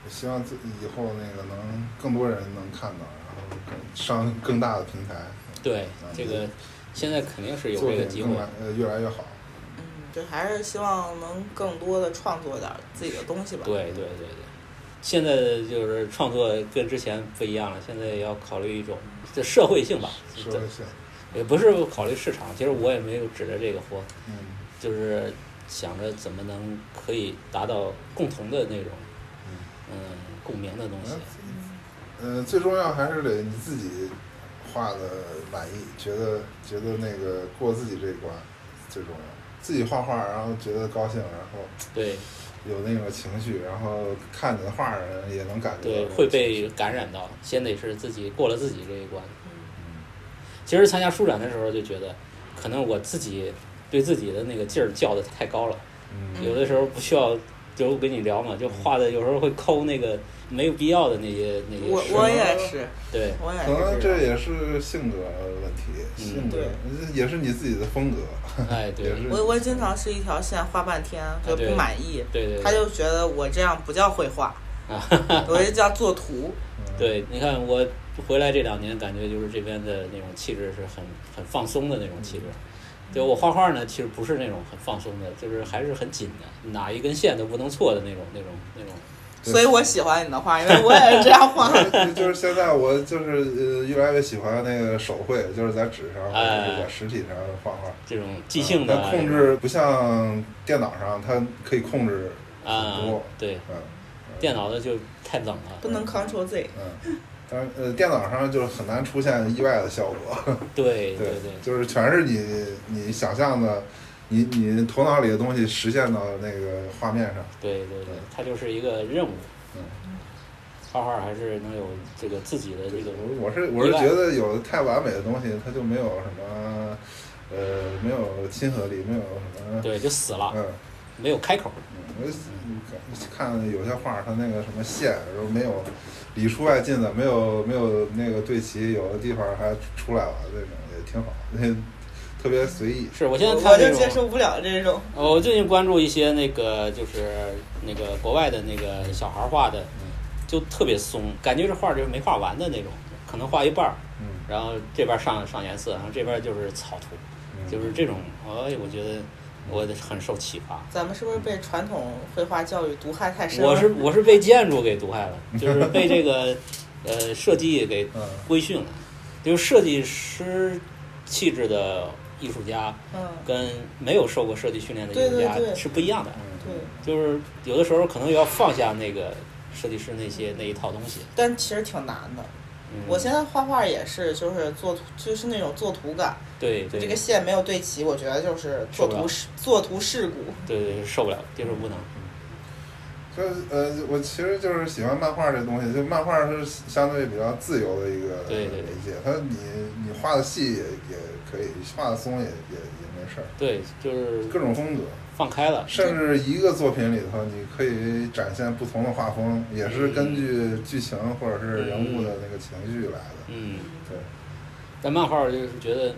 F: 我希望自己以后那个能更多人能看到，然后更上更大的平台，
D: 对
F: 嗯，
D: 这个现在肯定是有
F: 作
D: 这个
F: 品
D: 机会
F: 更。来呃越来越好。
E: 嗯，就还是希望能更多的创作点儿自己的东西吧。
D: 对对对对，现在就是创作跟之前不一样了，现在要考虑一种这社会性吧，
F: 说一下，
D: 也不是考虑市场，其实我也没有指着这个活，
F: 嗯
D: 就是想着怎么能可以达到共同的那种，嗯，共鸣的东西。
F: 呃，最重要还是得你自己画的满意，觉得觉得那个过自己这一关最重要。自己画画，然后觉得高兴，然后
D: 对
F: 有那种情绪，然后看你的画的人也能感觉到
D: 对
F: 这，种
D: 会被
F: 情绪
D: 感染到，先得是自己过了自己这一关。
F: 嗯
D: 其实参加书展的时候就觉得，可能我自己对自己的那个劲儿叫的太高了。
F: 嗯
D: 有的时候不需要，就跟你聊嘛，就画的有时候会抠那个没有必要的那些那些
E: 我
D: 事
E: 我也是，
D: 对
E: 我也
F: 可
E: 是样。
F: 能这也是性格问题，性格
E: 对
F: 也是你自己的风格，
D: 哎嗯对 *laughs*
F: 也是
E: 我我经常是一条线画半天，就
D: 啊对
E: 不满意，
D: 对对对
E: 他就觉得我这样不叫绘画，
D: 啊，
E: 我这叫做图。
D: 对，你看我回来这两年，感觉就是这边的那种气质是很很放松的那种气质。
E: 嗯
D: 对我画画呢，其实不是那种很放松的，就是还是很紧的，哪一根线都不能错的那种那种那种。
F: 对
E: 所以我喜欢你的画，因为我也是这样画。
F: *laughs* *laughs* 就是现在我就是呃越来越喜欢那个手绘，就是在纸上或者
D: 哎
F: 是在实体上画画。
D: 这种即兴的
F: 它啊控制不像电脑上，它可以控制
D: 啊
F: 很多。，
D: 对，
F: 嗯
D: 电脑的就太冷了
E: 不。能 Ctrl Z，
F: 嗯，但是呃，电脑上就是很难出现意外的效果。 *laughs*
D: 对
F: 对
D: 对，
F: 就是全是你你想象的，你你头脑里的东西实现到那个画面上。
D: 对对对，它就是一个任务。
F: 嗯，
D: 画画还是能有这个自己的这种
F: 我我是我是
D: 意外
F: 觉得有太完美的东西，它就没有什么呃没有亲和力，没有什么
D: 对，就死了，
F: 嗯。
D: 没有开口。
F: 嗯我就看看有些画儿，它那个什么线，然后没有里出外进的，没有没有那个对齐，有的地方还出来了，那种也挺好，那特别随意。
D: 是我现在
E: 我
D: 看
E: 就
D: 那
E: 接
D: 种，
E: 受不了这种。
D: 呃我最近关注一些那个就是那个国外的那个小孩画的，
F: 嗯
D: 就特别松，感觉这画就是没画完的那种，可能画一半儿，
F: 嗯，
D: 然后这边上上颜色，然后这边就是草图，
F: 嗯
D: 就是这种，哎，我觉得我很受启发。
E: 咱们是不是被传统绘画教育毒害太深了？
D: 我是我是被建筑给毒害了，就是被这
F: *laughs*
D: 个呃设计给
F: 嗯
D: 规训了，就是设计师气质的艺术家
E: 嗯，
D: 跟没有受过设计训练的艺术
E: 对对嗯
D: 家
E: 对
D: 是不一样的，
E: 对。
D: 就是有的时候可能要放下那个设计师那些那一套东西。
E: 但其实挺难的。
D: 嗯
E: 我现在画画也是，就是做图，就是那种做图感，
D: 对
E: 就
D: 对
E: 这个线没有对齐，我觉得就是
D: 受
E: 做
D: 不了
E: 图事做图事
D: *laughs*
E: 故。
D: 对对受不了，接受不能。
E: 嗯
F: 就是呃，我其实就是喜欢漫画这东西，就漫画是相对比较自由的一个
D: 对对对
F: 媒介，它你你画的细也也可以，画的松也也也没事儿，
D: 对，就是
F: 各种风格，
D: 放开了。
F: 甚至一个作品里头，你可以展现不同的画风，也是根据剧情或者是人物的那个情绪来的。
D: 嗯，
F: 对，
D: 但漫画就是觉得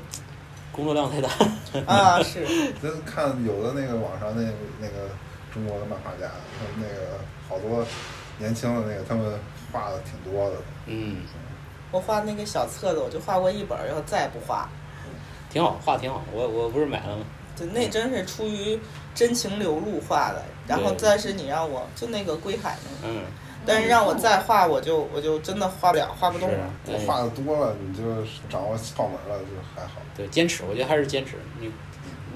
D: 工作量太大。 *laughs*
E: 啊，是，
F: 那看有的那个网上那那个中国的漫画家，他们那个好多年轻的那个，他们画的挺多的。
D: 嗯，
E: 我画那个小册子，我就画过一本儿，然后再也不画。
D: 挺好，画挺好。我我不是买了吗？
E: 对，那真是出于真情流露画的。然后
D: 嗯对
E: 但是你让我就那个归海那个，
D: 嗯，
E: 但是让我再画，我就我就真的画不了，画不动
D: 是啊哎
E: 了。
F: 我
D: 对
F: 画的多了，你就掌握窍门了，就还好。
D: 对，坚持，我觉得还是坚持。你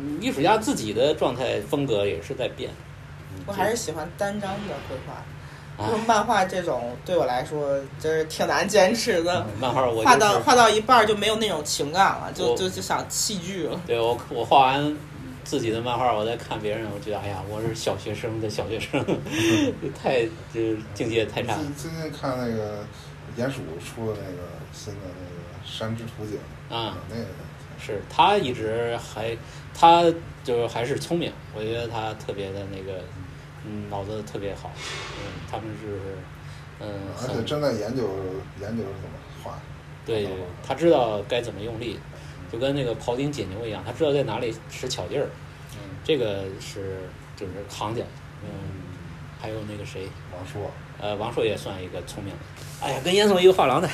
D: 你艺术家自己的状态风格也是在变。
E: 我还是喜欢单张的绘
D: 哎
E: 画，用漫画这种对我来说真是挺难坚持的。
D: 漫画嗯我
E: 画
D: 就
E: 到
D: 是，
E: 画到一半儿就没有那种情感了，就
D: 我
E: 就就想弃
D: *laughs*
E: 剧了。
D: 对我我画完自己的漫画，我再看别人，我觉得哎呀，我是小学生的小学生， *laughs* 太就是境界太差了
F: 最最近看那个鼹鼠出的那个新的那个山之图景，
D: 啊。
F: 那个
D: 是他一直还，他就是还是聪明，我觉得他特别的那个，嗯，脑子特别好，嗯，他们是，嗯，
F: 而且
D: 很
F: 正在研究研究怎么画。
D: 对，他知道该怎么用力，就跟那个庖丁解牛一样，他知道在哪里使巧劲儿，
F: 嗯，
D: 这个是就是行家，嗯，还有那个谁，
F: 王朔，
D: 呃，王朔也算一个聪明的，哎呀，跟严总一个画廊的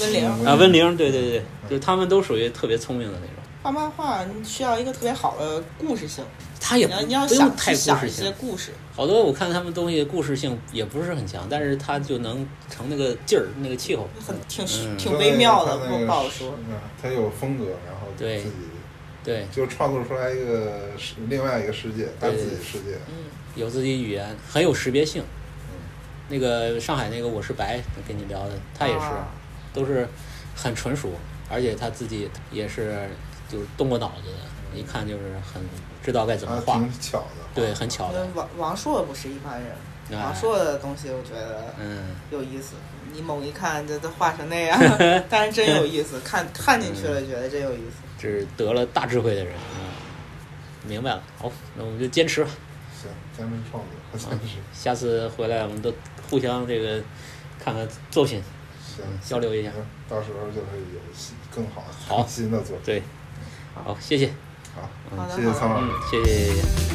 E: 温玲
F: 嗯
D: 啊，温玲，对对对，就他们都属于特别聪明的那种，
E: 画漫画，你需要一个特别好的故事性，
D: 他也
E: 你要
D: 不
E: 你要
D: 不用
E: 想
D: 太
E: 去
D: 故
E: 想
D: 事
E: 一
D: 性
E: 些。故事。
D: 好多我看他们东西故事性也不是很强，但是他就能成那个劲儿，那个气候。
E: 很挺
D: 嗯
E: 挺微妙的，
F: 他那
E: 不
F: 个
E: 不好说。
F: 嗯，他有风格，然后自
D: 对
F: 己
D: 对，
F: 就创作出来一个世另外一个世界，他自己世界。
E: 嗯，
D: 有自己语言，很有识别性
F: 嗯。
D: 那个上海那个我是白，跟你聊的，他也是，
E: 啊
D: 都是很纯熟，而且他自己也是就是动过脑子的，一看就是很知道该怎么
F: 他
D: 画
F: 啊挺，巧的，
D: 对，很巧
E: 我觉得
D: 的。
E: 王王朔不是一般人，
D: 哎
E: 王朔的东西我觉得
D: 嗯，
E: 有意思。你猛一看，这都画成那
D: *laughs*
E: 样，但是真有意思，看看进去了，觉得真有意思。
D: 这是得了大智慧的人。嗯，明白了，好，那我们就坚持吧。
F: 行，咱们创
D: 啊
F: 作，真是
D: 下次回来我们都互相这个看看作品。
F: 行。
D: 交流一下。
F: 行，到时候就会有新更好、
D: 好
F: *laughs* 新的作品。
D: 对，好，谢谢，嗯
F: 好，
E: 好的
F: 谢谢
E: 好的
F: 苍老师。
D: 谢谢，谢谢。谢谢